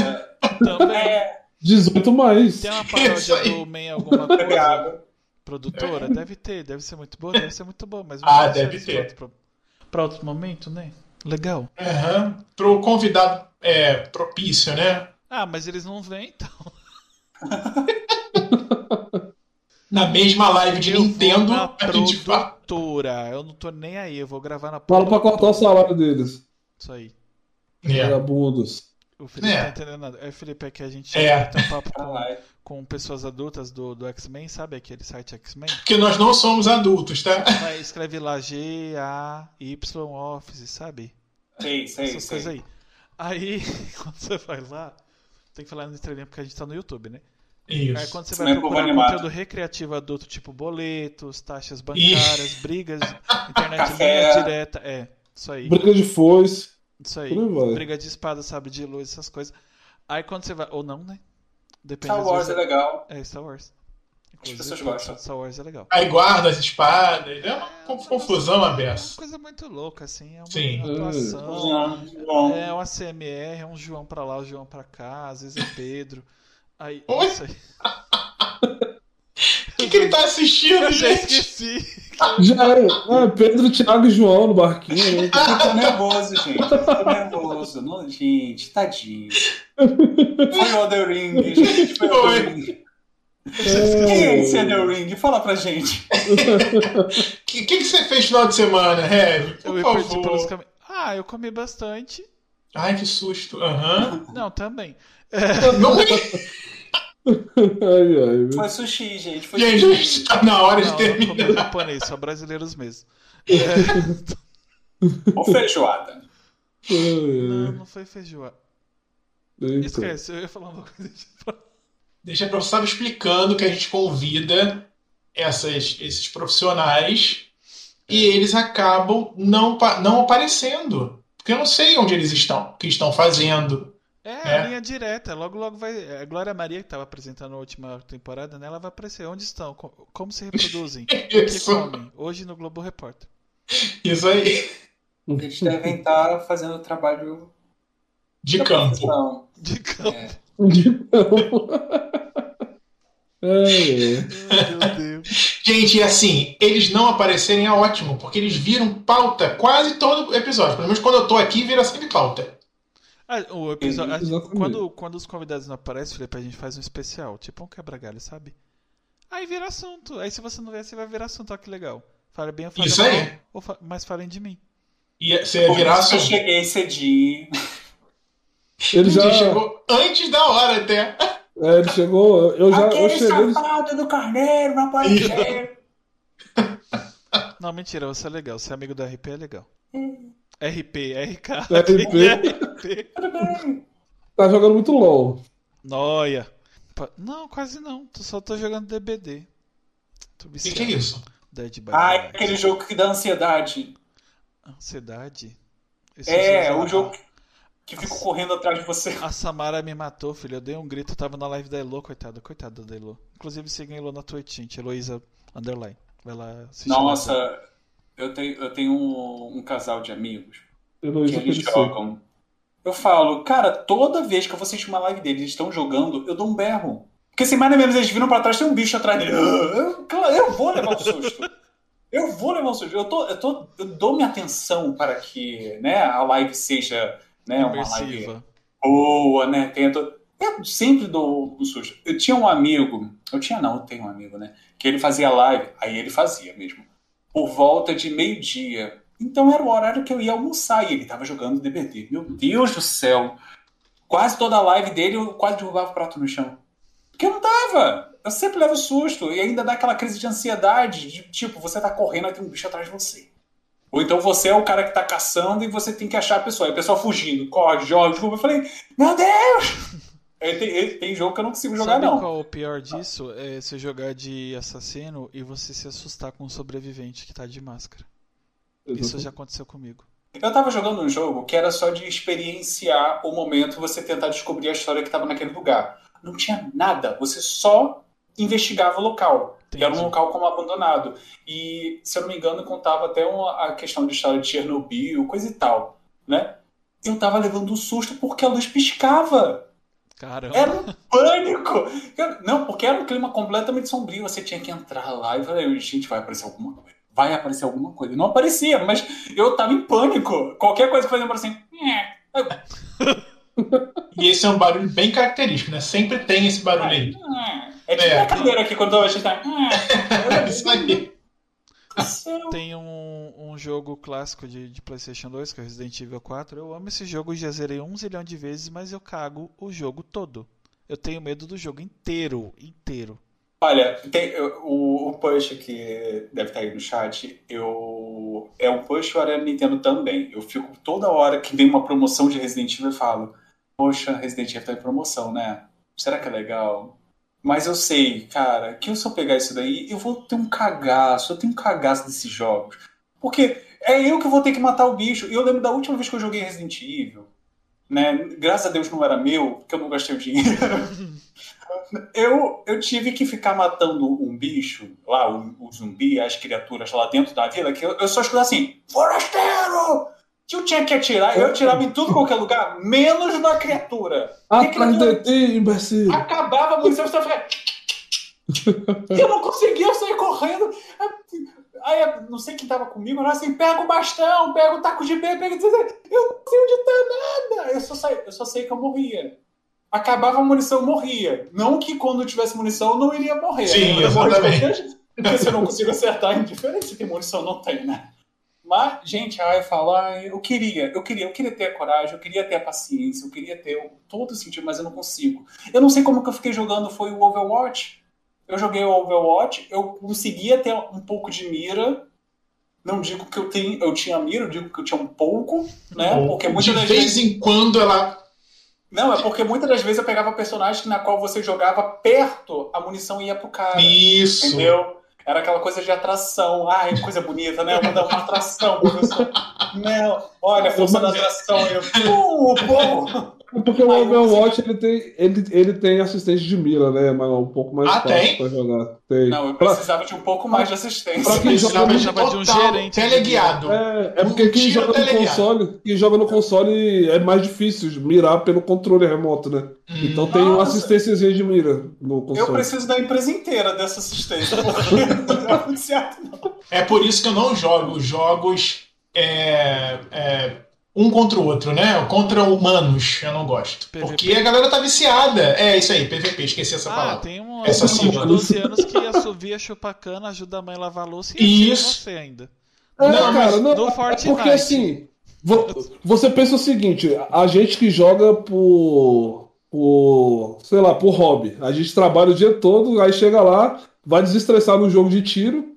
Também. É, 18 mais. Tem uma É Isso paródia aí. do Man alguma coisa. obrigado. Produtora? Deve ter, deve ser muito boa, deve ser muito boa, mas Ah, vamos deixar deve isso ter. pra outro- Pra outro momento, né? Legal. Aham. Pro convidado é, propício, né? Ah, mas eles não vêm, então. Na mesma live de Eu vou Nintendo, é na a gente fala. produtora. Eu não tô nem aí, eu vou gravar na Fala pra cortar o salário deles, Isso aí. É. vagabundos. O Felipe É. não tá entendendo nada. É, Felipe, é que a gente É. tem um papo com, Caralho. com pessoas adultas do, do X-Men, sabe aquele site X-Men? Porque nós não somos adultos, tá? Vai, escreve lá G-A-Y Office, sabe? Sei, sei, essas coisas sei. aí. Aí, quando você vai lá, tem que falar no estrelinha porque a gente tá no YouTube, né? Aí Isso. quando você Isso vai não é procurar povo animado. conteúdo recreativo adulto, tipo boletos, taxas bancárias, brigas, internet Café. linha direta, é, isso aí, Briga de foice. isso aí. Por aí vai. Briga de espada, sabe, de luz, essas coisas. Aí quando você vai, ou não, né? Depende Star às Wars é vezes- legal. é... Star Wars. pessoas fala gostam. que Star Wars é legal. Aí guarda as espadas. É uma É, co- confusão é uma aberta. coisa muito louca, assim, é uma Sim. atuação. Bom, É, um ACMR, é um João pra lá, um João pra cá, às vezes é Pedro. Aí, Oi? nossa, O que, que ele tá assistindo, eu já gente? esqueci. Já é, é, Pedro, Thiago e João no barquinho. né? Eu tô nervoso, gente. Eu tô nervoso. Não, gente, tadinho. Foi o Elder Ring, gente. Foi o Elder Ring. Quem é esse Elder Ring? Fala pra gente. O que, que, que você fez no final de semana, Rev? Eu Por me perdi pelos favor. caminhos. Ah, eu comi bastante. Ai, que susto. Aham. Não, também. Não Ai, ai, meu. Foi sushi, gente. Foi Gente, a gente sushi. tá na hora de Não, eu não terminar. comi japonês, só brasileiros mesmo. Ou feijoada. Ai, Não, ai. não foi feijoada. Eita. Esquece, eu ia falar uma coisa. deixa eu falar. Deixa para sabe explicando que a gente convida essas, esses profissionais e É. eles acabam não, pa- não aparecendo. Porque eu não sei onde eles estão, o que estão fazendo. É, a É. linha direta. Logo, logo vai. é, A Glória Maria, que estava apresentando a última temporada, né? Ela vai aparecer. Onde estão? Co- Como se reproduzem? O que Isso, comem? Hoje no Globo Repórter. isso aí, Eles devem estar fazendo o trabalho de campo. Não, De campo. é. É, é. Meu Deus. Gente, e assim, eles não aparecerem é ótimo, porque eles viram pauta quase todo episódio. Pelo menos quando eu tô aqui, vira sempre pauta. Ah, o episódio. a- Exatamente. quando, quando os convidados não aparecem, Felipe, a gente faz um especial. Tipo um quebra-galho, sabe? Aí vira assunto. Aí se você não vier, você vai virar assunto. Olha que legal. Fala bem, eu falo Isso mal, aí. ou fa- Mas falem de mim. E é, É você ia virar Eu assunto. cheguei cedinho. Ele já chegou antes da hora até. é, ele chegou. Eu já eu cheguei. safado do carneiro não apareceu. Não, mentira, você é legal. Você é amigo da RP, é legal. É. RP, RK. É RP. Tudo bem. Tá jogando muito LOL. Noia. Pa- Não, quase não. Tô- só tô jogando DBD. Tô O que, que é isso? Dead by Ah, é Daylight. aquele jogo que dá ansiedade. Ansiedade. Esse É, jogo- o jogo que- que fica correndo atrás de você. A Samara me matou, filho. Eu dei um grito, eu tava na live da Elo, coitado, coitado da Elo. Inclusive sigam a Elo na Twitch, gente. Heloísa Underline. Vai lá assistir. Nossa, eu tenho, eu tenho um, um casal de amigos que Heloísa eles Perecer. jogam. Eu falo, cara, toda vez que eu vou assistir uma live deles, eles estão jogando, eu dou um berro. Porque sem mais nem menos eles viram pra trás, tem um bicho atrás dele. Eu, claro, eu vou levar um susto. Eu vou levar um susto. Eu, tô, eu, tô, eu dou minha atenção para que né, a live seja né, uma live Imersiva. boa, né? Tem to- Eu sempre dou um susto. Eu tinha um amigo, eu tinha não, eu tenho um amigo, né? Que ele fazia live, aí ele fazia mesmo, por volta de meio-dia. Então era o horário que eu ia almoçar e ele tava jogando DBD. Meu Deus do céu! Quase toda a live dele eu quase derrubava o prato no chão. Porque eu não dava! Eu sempre levo susto e ainda dá aquela crise de ansiedade, de tipo, você tá correndo e tem um bicho atrás de você. Ou então você é o cara que tá caçando e você tem que achar a pessoa. E a pessoa fugindo, corre, joga, desculpa. Eu falei, meu Deus! Aí tem, ele- tem jogo que eu não consigo jogar, Sabe não. qual é o pior disso? É você jogar de assassino e você se assustar com um sobrevivente que tá de máscara. Isso já aconteceu comigo. Eu tava jogando um jogo que era só de experienciar o momento e você tentar descobrir a história que tava naquele lugar. Não tinha nada, você só investigava o local. E era um Entendi. local como abandonado. E, se eu não me engano, contava até uma- a questão de história de Chernobyl, coisa e tal, né? Eu tava levando um susto porque a luz piscava. Caramba. Era um pânico! Eu- Não, porque era um clima completamente sombrio. Você tinha que entrar lá e falei, gente, vai aparecer alguma coisa. Vai aparecer alguma coisa. Não aparecia, mas eu tava em pânico. Qualquer coisa que fazia eu falava assim. "É". E esse é um barulho bem característico, né? Sempre tem esse barulho aí. É tipo É. a cadeira aqui quando a gente tá. "É". Isso aí. Meu céu. Tem um, um jogo clássico de, de PlayStation 2, que é o Resident Evil 4. Eu amo esse jogo, já zerei um zilhão de vezes, mas eu cago o jogo todo. Eu tenho medo do jogo inteiro, inteiro. Olha, tem, o, o push que deve estar aí no chat, eu é um push ou era Nintendo também. Eu fico toda hora que vem uma promoção de Resident Evil eu falo, poxa, Resident Evil tá em promoção, né? Será que é legal? Mas eu sei, cara, que se eu pegar isso daí, eu vou ter um cagaço, eu tenho um cagaço desses jogos. Porque é eu que vou ter que matar o bicho. E eu lembro da última vez que eu joguei Resident Evil, né? Graças a Deus não era meu, porque eu não gastei o dinheiro. Eu, eu tive que ficar matando um bicho lá, o, o zumbi, as criaturas lá dentro da vila, que eu, eu só escutava assim, forasteiro! Que eu tinha que atirar, eu atirava em tudo qualquer lugar, menos na criatura. Atrás de ti, imbecil. Acabava a munição, você ficava... Eu não conseguia, eu saí correndo. Aí, eu não sei quem tava comigo, eu assim, pega o bastão, pega o taco de pé, pega... Eu não sei onde tá nada! Eu só, saí, eu só sei que eu morria. Acabava a munição, eu morria. Não que quando eu tivesse munição, eu não iria morrer. Sim, Eu morri de exatamente. qualquer jeito, Porque se eu não consigo acertar, é indiferente se tem munição ou não tem, né? Mas, gente, aí eu falo, ai, eu queria, eu queria, eu queria ter a coragem, eu queria ter a paciência, eu queria ter o- todo o sentido, mas eu não consigo. Eu não sei como que eu fiquei jogando foi o Overwatch. Eu joguei o Overwatch, eu conseguia ter um pouco de mira. Não digo que eu, tenho, Um eu tinha mira, eu digo que eu tinha um pouco, né? Porque muita de gente- vez em quando ela Não, é porque muitas das vezes eu pegava personagem na qual você jogava perto, a munição ia pro cara. Isso. Entendeu? Era aquela coisa de atração. Ai, que coisa bonita, né? Eu vou dar uma atração, professor. Não, olha, a força da atração. Eu, uh, pum, pum. É porque o Aí Overwatch ele tem, ele, ele tem assistência de mira, né? Mas é um pouco mais Ah, fácil tem? pra jogar. Tem. Não, eu Pra- precisava de um pouco mais de assistência. Pra quem joga no- Precisava de Precisava de um total gerente. teleguiado. É, é porque quem Tiro joga no teleguiado. console, quem joga no console é mais difícil de mirar pelo controle remoto, né? Hum. Então tem uma Nossa. assistência de mira no Eu console. preciso da empresa inteira dessa assistência. porque não dá muito certo, não. É por isso que eu não jogo jogos é, é, um contra o outro, né? Contra humanos, eu não gosto. PVP. Porque a galera tá viciada. É isso aí, PVP, esqueci essa Ah, palavra. tem um Essa menino de sigla. 12 anos que assovia chupacana, ajuda a mãe a lavar louça e atira Isso. em você ainda. É, Não, mas cara, não, no é Fortnite. porque assim, vo- você pensa o seguinte, a gente que joga por, por, sei lá, por hobby, a gente trabalha o dia todo, aí chega lá, vai desestressar no jogo de tiro,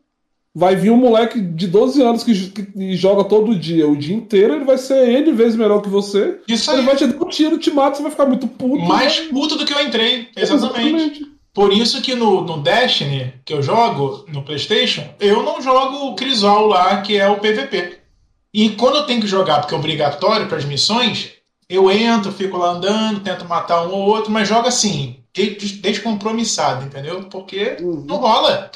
vai vir um moleque de 12 anos que, j- que joga todo dia, o dia inteiro, ele vai ser N vezes melhor que você, Isso ele aí. vai te dar um tiro, te mata, você vai ficar muito puto. Mais né? puto do que eu entrei, exatamente. Por isso que no, no Destiny, que eu jogo no PlayStation, eu não jogo o Crisol lá, que é o PVP. E quando eu tenho que jogar, porque é obrigatório para as missões, eu entro, fico lá andando, tento matar um ou outro, mas jogo assim, de- des- descompromissado, entendeu? Porque Uhum. não rola.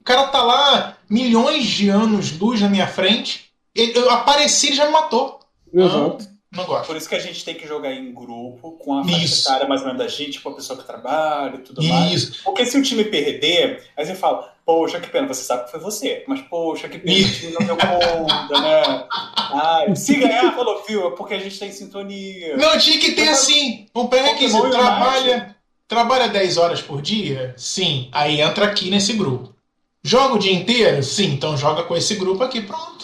O cara tá lá milhões de anos luz na minha frente, ele, eu apareci e já me matou. Exato. Não gosto. Por isso que a gente tem que jogar em grupo, com a Isso. faixa etária mais ou menos da gente, com a pessoa que trabalha e tudo mais. Isso. Porque se o time perder, aí você fala, poxa, que pena, você sabe que foi você, mas poxa, que pena, o time não deu conta, né? Ai, se ganhar, falou, viu, é porque a gente tá em sintonia. Não, tinha que ter assim. Um pré-requisito. Pokémon Trabalha, trabalha 10 horas por dia? Sim. Aí entra aqui nesse grupo. Joga o dia inteiro? Sim. Então joga com esse grupo aqui, pronto.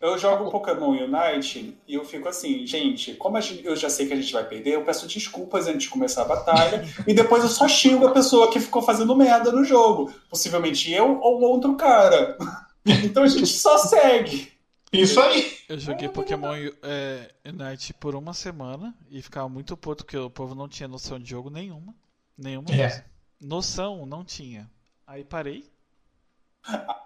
Eu jogo Pokémon Unite e eu fico assim, gente, como a gente- eu já sei que a gente vai perder, eu peço desculpas antes de começar a batalha e depois eu só xingo a pessoa que ficou fazendo merda no jogo. Possivelmente eu ou um outro cara. Então a gente só segue. Isso aí. Eu joguei Pokémon é, Unite por uma semana e ficava muito puto porque o povo não tinha noção de jogo nenhuma. Nenhuma É. mesmo. Noção não tinha. Aí parei.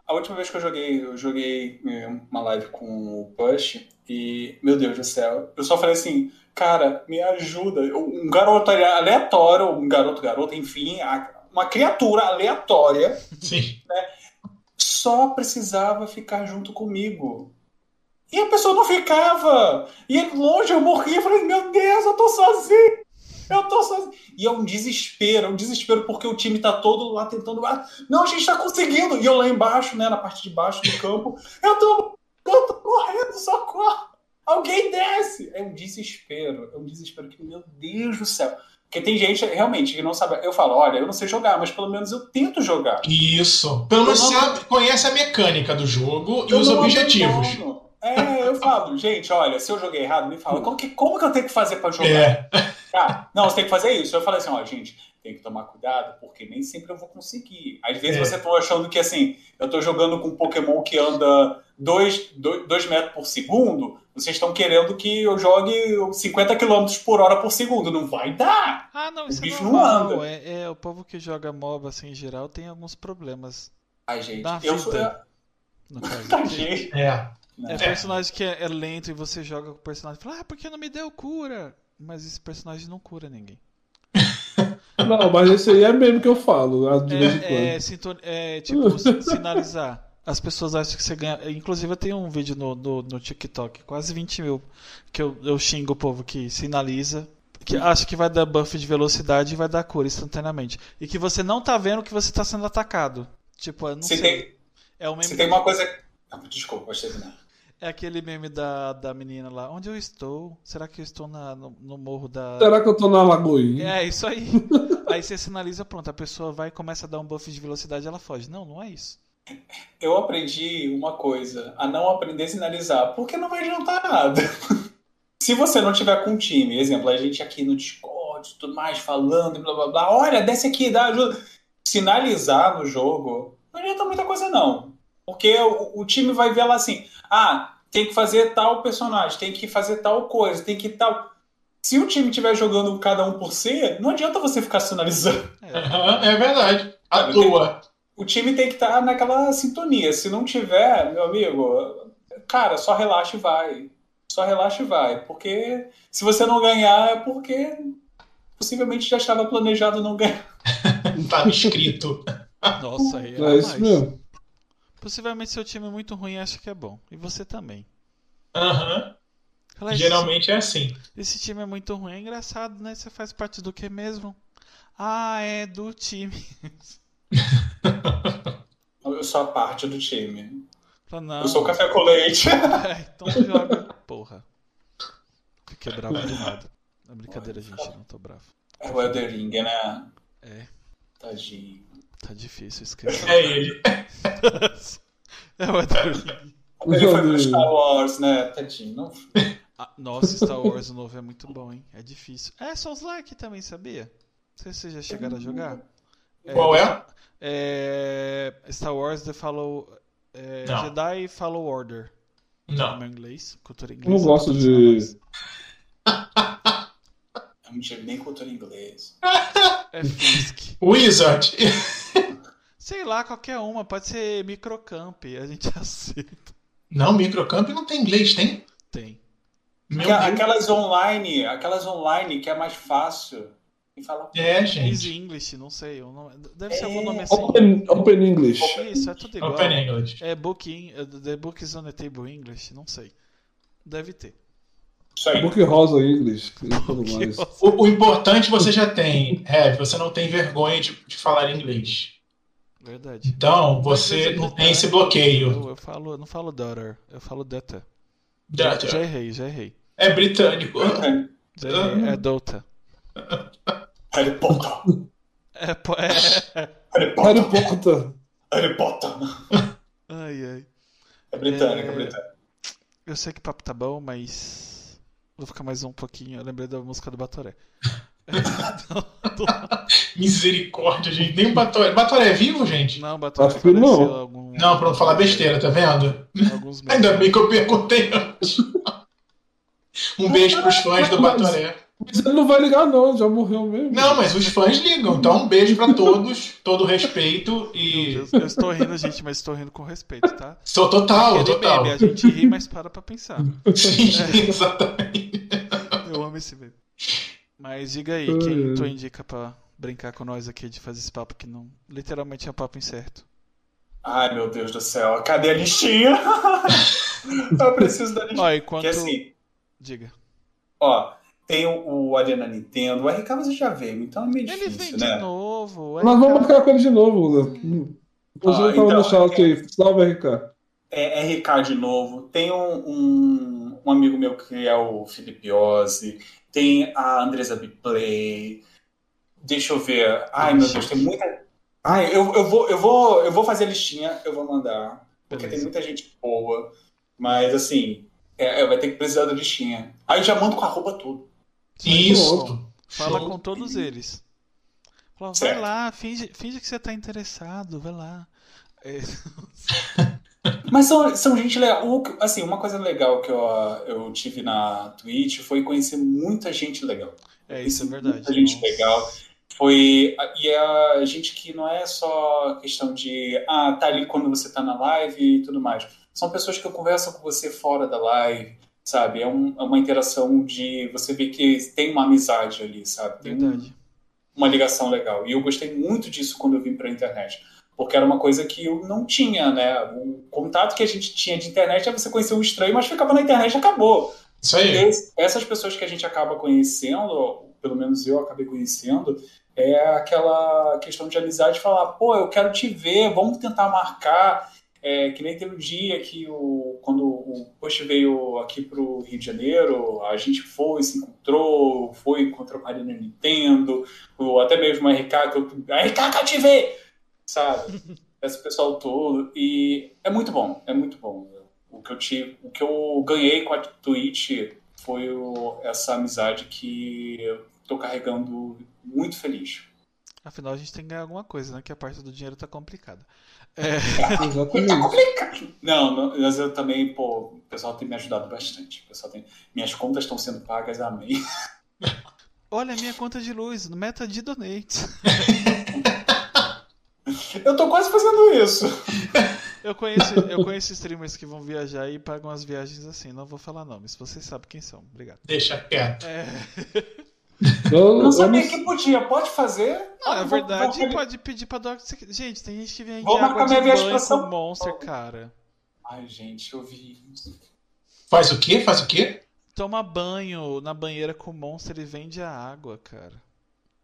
A última vez que eu joguei, eu joguei é, uma live com o Push e, meu Deus do céu, eu só falei assim, cara, me ajuda. Eu- Um garoto aleatório, um garoto, garota, enfim, a- uma criatura aleatória. Sim. só precisava ficar junto comigo. E a pessoa não ficava. E ele longe eu morria. Eu falei, meu Deus, eu tô sozinho. Eu tô sozinho. E é um desespero, é um desespero, porque o time tá todo lá tentando. Ah, não, a gente tá conseguindo. E eu lá embaixo, né, na parte de baixo do campo. Eu tô, eu tô correndo, socorro. Alguém desce. É um desespero. É um desespero que, meu Deus do céu. Porque tem gente realmente que não sabe. Eu falo, olha, eu não sei jogar, mas pelo menos eu tento jogar. Isso. Pelo menos Eu não- sabe, conhece a mecânica do jogo e Eu os não objetivos. abandono. É, eu falo, gente, olha, se eu joguei errado, me fala, como que, como que eu tenho que fazer pra jogar? É. Ah, não, você tem que fazer isso. Eu falei assim, ó, gente, tem que tomar cuidado, porque nem sempre eu vou conseguir. Às vezes É. você tá achando que, assim, eu tô jogando com um Pokémon que anda 2 metros por segundo, vocês estão querendo que eu jogue 50 km por hora por segundo. Não vai dar! Ah, não, O isso bicho é não normal. anda. É, é, o povo que joga MOBA assim em geral tem alguns problemas. Ai, gente, Da eu sou... vida. No caso. Tadinho. É. É personagem que é, é lento e você joga com o personagem e fala, ah, porque não me deu cura? Mas esse personagem não cura ninguém. Não, mas esse aí é mesmo que eu falo, né, de vez em quando. É, é, sinton- é, tipo, si- sinalizar. As pessoas acham que você ganha. Inclusive, eu tenho um vídeo no, no, no TikTok, quase 20 mil, que eu, eu xingo o povo que sinaliza. Que acha que vai dar buff de velocidade e vai dar cura instantaneamente. E que você não tá vendo que você tá sendo atacado. Tipo, eu não Se sei. tem, É o meme se tem uma coisa... Ah, Desculpa, gostei de É aquele meme da, da menina lá. Onde eu estou? Será que eu estou na, no, no morro da. Será que eu tô na Lagoinha? É, isso aí. aí você sinaliza, pronto. A pessoa vai, começa a dar um buff de velocidade e ela foge. Não, não é isso. Eu aprendi uma coisa, a não aprender a sinalizar, porque não vai adiantar nada. Se você não tiver com um time, exemplo, a gente aqui no Discord, tudo mais, falando, e blá blá blá, olha, desce aqui, dá ajuda. Sinalizar no jogo não adianta muita coisa, não. Porque o, o time vai ver lá assim, ah, tem que fazer tal personagem, tem que fazer tal coisa, tem que tal. Se o time estiver jogando cada um por si, não adianta você ficar sinalizando. É verdade. À Sabe, toa. O time tem que estar naquela sintonia. Se não tiver, meu amigo, cara, só relaxa e vai. Só relaxa e vai. Porque se você não ganhar, é porque possivelmente já estava planejado não ganhar. um Tá escrito. Nossa, aí É isso mesmo. Possivelmente seu time é muito ruim acha que é bom. E você também. Aham. Fala, "Esse- Geralmente é assim. Esse time é muito ruim. É engraçado, né? Você faz parte do que mesmo? Ah, é do time. Eu sou a parte do time. Fala, não. Eu sou o café com leite. É, então joga. Porra. Fiquei bravo do nada. É brincadeira, gente. Eu não tô bravo. É o Elder Ring, né? É. Tadinho. Tá difícil esquecer. É ele. É o Elden Ring. Ele foi pro Deus. Star Wars, né? Tadinho. Não Ah, Nossa, Star Wars o novo é muito bom, hein? É difícil. É Souls-like também, sabia? Não sei se vocês já chegaram a jogar. Qual é? É, Star Wars The Fallow. É, Não. Jedi Fallow Order. No Não. meu inglês, cultura Eu inglesa. não gosto de. patrocina Eu não tive nem um cultura inglesa. nós. É Fisk. Wizard. Sei lá, qualquer uma. Pode ser Microcamp. A gente aceita. Não, microcamp não tem inglês, tem? Tem. Meu Aquela- Deus. aquelas online, aquelas online que é mais fácil. E fala. É, gente. Easy English, não sei. o nome- Deve ser algum É, nome assim. Open, open English. Isso, é tudo igual. Open English. É book in, The Book is on the Table English, não sei. Deve ter. Isso aí. Book Rosa English e tudo mais. O, o importante você já tem, é, você não tem vergonha de, de falar inglês. Verdade. Então, você não tem esse bloqueio. Eu, eu falo, eu não falo daughter, eu falo Dota. Já- Já já- errei, já errei. É britânico. Já errei. É Dota. Harry Potter. É, pô, é. Harry Harry Potter. Potter. Harry Potter. Ai, ai. É britânico, É. é britânico. Eu sei que o papo tá bom, mas. Vou ficar mais um pouquinho. Eu lembrei da música do Batoré. Misericórdia, gente. Nem o Batoré. Batoré é vivo, gente? Não, o Batoré Acho que não. faleceu algum- Não, pra não falar besteira, tá vendo? alguns meses. Ainda bem que eu perguntei antes. Um beijo pros fãs do Batoré. Mas ele não vai ligar, não, já morreu mesmo. Não, mas os fãs ligam. Então, um beijo pra todos. Todo respeito e. Eu, eu estou rindo, gente, mas estou rindo com respeito, tá? Sou total, Aquele total. meme, a gente ri, mas para pra pensar. Sim, exatamente. Eu amo esse meme. Mas diga aí, Ai, quem ai. tu indica pra brincar com nós aqui de fazer esse papo que não. Literalmente é um papo incerto. Ai, meu Deus do céu. Cadê a listinha? Eu preciso da listinha. Ó, enquanto. Porque assim, Diga. ó, tem o, o Arena Nintendo. O RK você já veio, então é meio Ele vem difícil, de né? novo. é Nós vamos cara. marcar com ele de novo, né? Hoje Ah, eu tava então, no chat aí. Salve, RK. É, RK de novo. Tem um, um- um amigo meu que é o Felipe Ozzi. Tem a Andresa Biplay. Deixa eu ver. Ai, meu Deus, tem muita. Ai, eu, eu, vou, eu, vou, eu vou fazer a listinha, eu vou mandar. Porque tem Beleza. muita gente boa. Mas, assim, é, é, vai ter que precisar da listinha. Aí eu já mando com a roupa tudo. Isso. Fala Show. com todos eles. Fala, vai Certo. lá, finge, finge que você tá interessado, vai lá. É, Mas são, são gente legal. O que- Assim, uma coisa legal que eu, ah, eu tive na Twitch foi conhecer muita gente legal. é, isso é verdade. Muita gente Nossa. legal. Foi. E a gente que não é só questão de. Ah, tá ali quando você tá na live e tudo mais. São pessoas que conversam com você fora da live, sabe? É, um- é uma interação de. Você vê que tem uma amizade ali, sabe? Tem um- É Verdade. uma ligação legal. E eu gostei muito disso quando eu vim pra internet. Porque era uma coisa que eu não tinha, né? O contato que a gente tinha de internet é você conhecer um estranho, mas ficava na internet e acabou. Isso aí. Esse- essas pessoas que a gente acaba conhecendo, pelo menos eu acabei conhecendo, é aquela questão de amizade, falar, pô, eu quero te ver, vamos tentar marcar. É, que nem teve um dia que o, quando o Post veio aqui pro Rio de Janeiro, a gente foi, se encontrou, foi, encontrou com a Arena Nintendo, ou até mesmo a RK, que eu, a RK que eu te ver! Sabe? Esse pessoal todo. E é muito bom, é muito bom. O que eu, tive, o que eu ganhei com a Twitch foi o- essa amizade que eu tô carregando muito feliz. Afinal, a gente tem que ganhar alguma coisa, né? Que a parte do dinheiro tá complicada. Hum. Exatamente. Tá Não, não, mas eu também, pô, o pessoal tem me ajudado bastante. O pessoal tem, minhas contas estão sendo pagas, amém. Olha a minha conta de luz, no meta de donate. Eu tô quase fazendo isso. Eu conheço, eu conheço streamers que vão viajar e pagam as viagens assim. Não vou falar nomes, vocês sabem quem são. Obrigado. Deixa quieto. É, Eu, Não eu sabia não- que podia. Pode fazer? não, na eu vou- é verdade, vou- pode pedir pra Doc. Gente, tem gente que vem de Vou marcar água de minha viagem pra banho São com Monster, cara. Ai, gente, eu vi isso. Faz o quê? Faz o quê? Toma banho na banheira com Monster e vende a água, cara.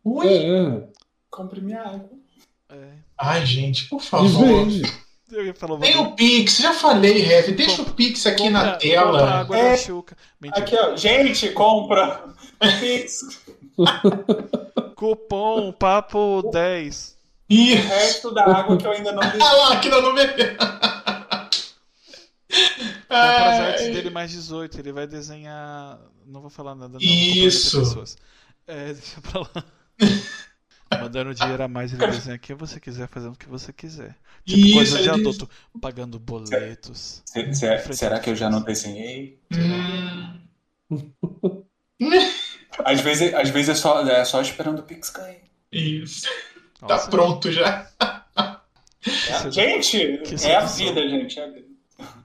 Ui! Hum. É, é. Compre minha água. É. Ai, gente, por E favor. vende. Eu ia falar, vou Tem o Pix, já falei, Rev. Deixa o Pix aqui na compra- compra tela. água É. da Xuca. Mentira. Aqui, ó. Gente, compra. Pix. Cupom papo 10. Ih, O resto da água que eu ainda não vi. olha lá, que não bebeu. Compra as Ai. artes dele mais 18. Ele vai desenhar. Não vou falar nada, não. Isso. comprometer pessoas. É, deixa pra lá. Tá Mandando dinheiro a mais, ele desenha quem você quiser, fazendo o que você quiser. Tipo coisa de ele- adulto, pagando boletos. Se- se- Será que eu já não desenhei? Hum. Às vezes, às vezes é, só, é só esperando o Pix cair. Isso, tá Nossa, pronto já. Que, sedu- É, Gente, Que é a sedução. vida, gente. É a vida.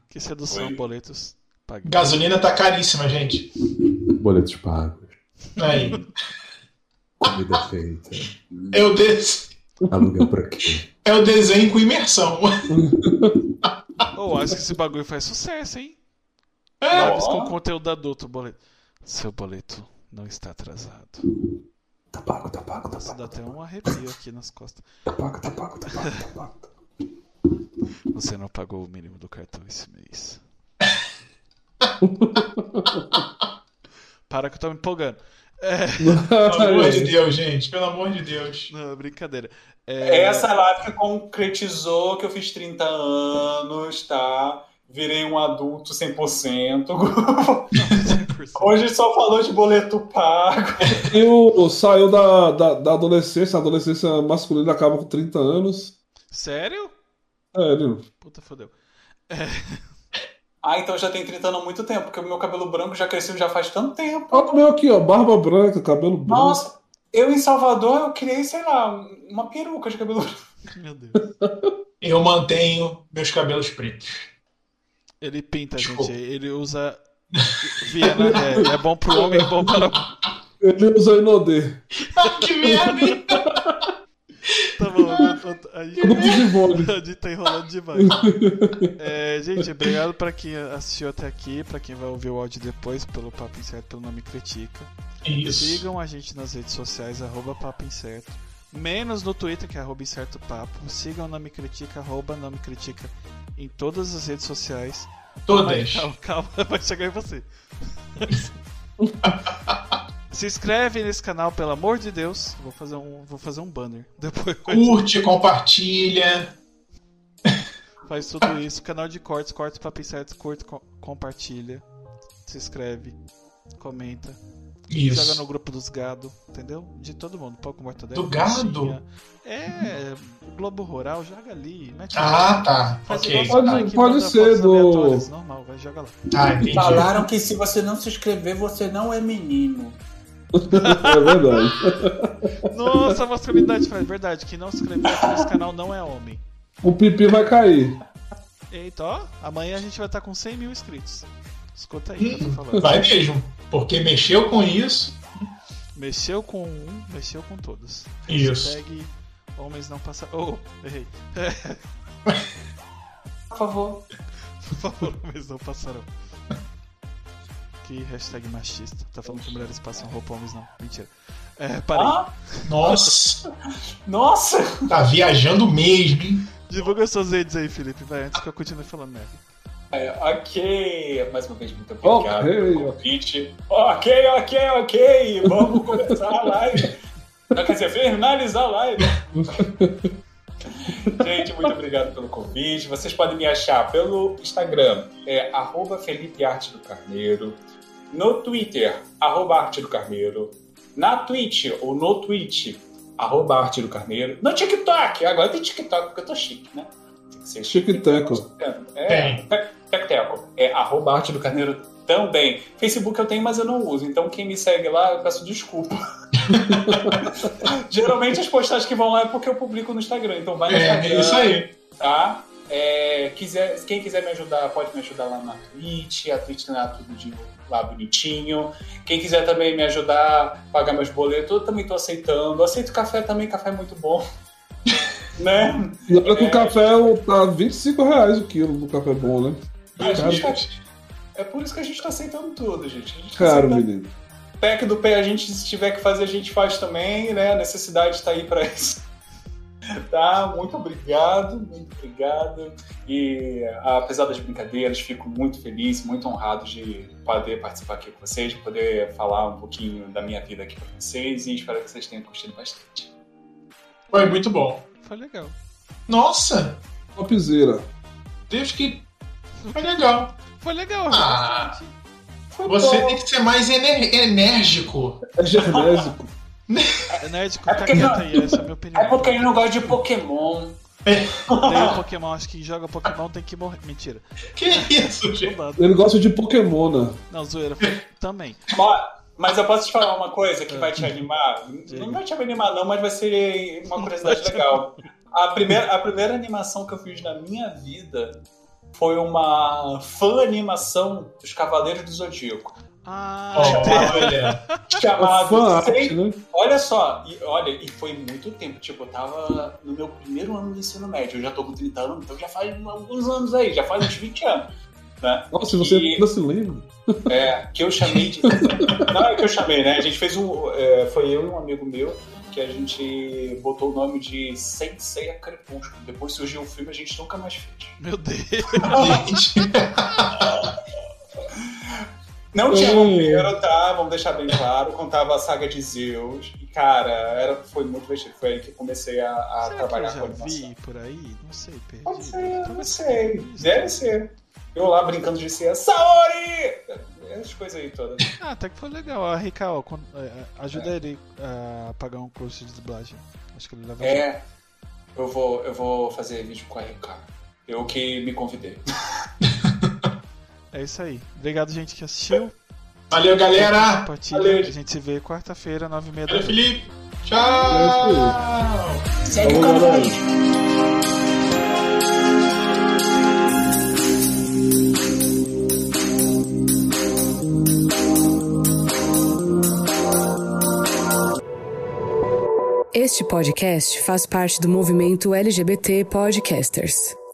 que sedução, Oi. boletos. Pague. Gasolina tá caríssima, gente. Boletos pagos, Aí, comida feita, é o, des... aluguel por aqui. é o desenho com imersão. Oh, acho que esse bagulho faz sucesso, hein? É, Lives com conteúdo adulto, boleto. Seu boleto não está atrasado. Tá pago, tá pago, tá Nossa, dá pago, até um arrepio aqui nas costas. tá pago, tá pago, tá pago, tá pago. Você não pagou o mínimo do cartão esse mês. Para que eu tô me empolgando. pelo amor de Deus, gente. Pelo amor de Deus. Não, brincadeira. É É, Essa live que concretizou que eu fiz 30 anos, tá? Virei um adulto 100%. 100%. Hoje só falou de boleto pago. E o, saiu da, da, da adolescência, a adolescência masculina acaba com 30 anos. Sério? É, ele- Puta fodeu. Ah, então já tem 30 anos há muito tempo, porque o meu cabelo branco já cresceu já faz tanto tempo. Olha o meu aqui, ó, barba branca, cabelo branco. Nossa, eu em Salvador eu criei, sei lá, um- uma peruca de cabelo branco. Meu Deus. Eu mantenho meus cabelos pretos. Ele pinta, Desculpa. gente. Ele usa. Viena é, é bom pro homem, é bom para. Ele usa Inodê. Ah, que merda, hein? Tá bom, eu tô- a gente- Grupo de vôlei. A gente tá enrolando demais. É, gente, obrigado pra quem assistiu até aqui, pra quem vai ouvir o áudio depois, pelo Papo Incerto, pelo nome Critica. Isso. Sigam a gente nas redes sociais, arroba Papo Incerto. Menos no Twitter, que é arroba Incerto Papo. Sigam o Nome Critica, arroba Nome Critica em todas as redes sociais. Mas, Todas. calma, calma, vai chegar em você. Se inscreve nesse canal, pelo amor de Deus. Vou fazer um, vou fazer um banner. Depois Curte, compartilha. Faz tudo isso. Canal de cortes, cortes pra pincetes, curte, co- compartilha. Se inscreve, comenta. Joga Isso. no grupo dos gado, entendeu? De todo mundo. é Pau com mortadela. Do gado? coxinha. tá É, Globo Rural, joga ali. Mete Ah, tá. Faz igual Ok. seu pai Pode- que pode manda ser fotos do- aleatórias, Normal, vai, joga lá. Tá, entendi. que se você não se inscrever, você não é menino. É verdade. Nossa, a masculinidade faz verdade. Quem não se inscreveu aqui nesse canal não é homem. O pipi vai cair. Eita, ó. Amanhã a gente vai estar com 100 mil inscritos. Escuta aí o que eu tô falando. Vai mesmo. Porque mexeu com isso. Mexeu com um, mexeu com todos. Isso. Hashtag homens não passam. Oh, errei. Por favor. Por favor, homens não passarão. Que hashtag machista. Tá falando que mulheres passam roupa, homens não. Mentira. É, parei. Ah, Nossa, nossa! tá viajando mesmo, hein? Divulga suas redes aí, Felipe. Vai, antes que eu continue falando merda. É, ok, mais uma vez, muito obrigado Ok, pelo ok. convite. Ok, ok, ok, vamos começar a live. Não, quer dizer, finalizar a live. Gente, muito obrigado pelo convite. Vocês podem me achar pelo Instagram, é arroba Felipe Arte do Carneiro, no Twitter, arroba Arte do Carneiro, na Twitch ou no Twitch, arroba Arte do Carneiro, no TikTok, agora tem TikTok porque eu tô chique, né? Tem que ser chique. Tic-taco. É, é, Tec-teco. É arroba arte do carneiro também. Facebook eu tenho, mas eu não uso. Então quem me segue lá, eu peço desculpa. Geralmente as postagens que vão lá é porque eu publico no Instagram. Então vai no É, Instagram. é isso aí. Tá? É, quiser, quem quiser me ajudar, pode me ajudar lá na Twitch. A Twitch tem lá tudo de- lá bonitinho. Quem quiser também me ajudar a pagar meus boletos, eu também tô aceitando. Aceito café também, café é muito bom. né? E olha que o café tá 25 reais o quilo do café bom, né? A gente tá- Caro, é por isso que a gente tá aceitando tudo, gente. A gente tá caro aceitando menino. o pack do pé, a gente, se tiver que fazer, a gente faz também, né? A necessidade tá aí pra isso. Tá, muito obrigado, muito obrigado. E apesar das brincadeiras, fico muito feliz, muito honrado de poder participar aqui com vocês, de poder falar um pouquinho da minha vida aqui pra vocês e espero que vocês tenham curtido bastante. Foi muito bom. Foi legal. Nossa, Topzera. Deus que. Foi legal. Foi legal. Ah. bastante. Foi Você bom. tem que ser mais ener- enérgico. É gernésico. É nerd, É tá porque quieto não- aí, essa é a minha opinião. É porque ele não gosta de Pokémon. Odeio Pokémon, acho que quem joga Pokémon tem que morrer. Mentira. Que isso, gente? Tô dando. Ele gosta de Pokémona. Não, zoeira. foi- Também. Ó, Mas eu posso te falar uma coisa É. que vai te animar? Não Diga. vai te animar, não, mas vai ser uma curiosidade legal. A primeira, a primeira animação que eu fiz na minha vida foi uma fã animação dos Cavaleiros do Zodíaco. Ah, Olha. É fã Chamado arte, Sei- né? Olha só, e, olha, e foi muito tempo. Tipo, eu tava no meu primeiro ano do ensino médio, eu já tô com 30 anos, então já faz alguns anos aí, já faz uns 20 anos. Né? Nossa, e você E- ainda se lembra? É, que eu chamei de. Não é que eu chamei, né? A gente fez um. é, foi eu e um amigo meu que a gente botou o nome de Sensei a Crepúsculo. Depois surgiu o filme, a gente nunca mais fez. meu Deus. gente. Não tinha Hum. roteiro, tá? Vamos deixar bem claro. Contava a saga de Zeus. E, cara, era, foi muito vestido. Foi aí que eu comecei a, a Será que eu Ah, trabalhar com já animação. vi por aí? Não sei, perdi. Pode ser, não Talvez sei. seja isso. Deve ser. Eu lá brincando de ser Saori! Essas coisas aí todas. Ah, até que foi legal. A Rica, ó, con- é, ajuda ele a pagar um curso de dublagem. Acho que ele leva. É, eu vou, eu vou fazer vídeo com a RK. Eu que me convidei. É isso aí. Obrigado, gente, que assistiu. Valeu, galera. Compartilha. valeu. A gente se vê quarta-feira, nove e meia da Valeu, noite. Felipe. É Tchau. Segue o canal aí. Este podcast faz parte do movimento LGBT Podcasters.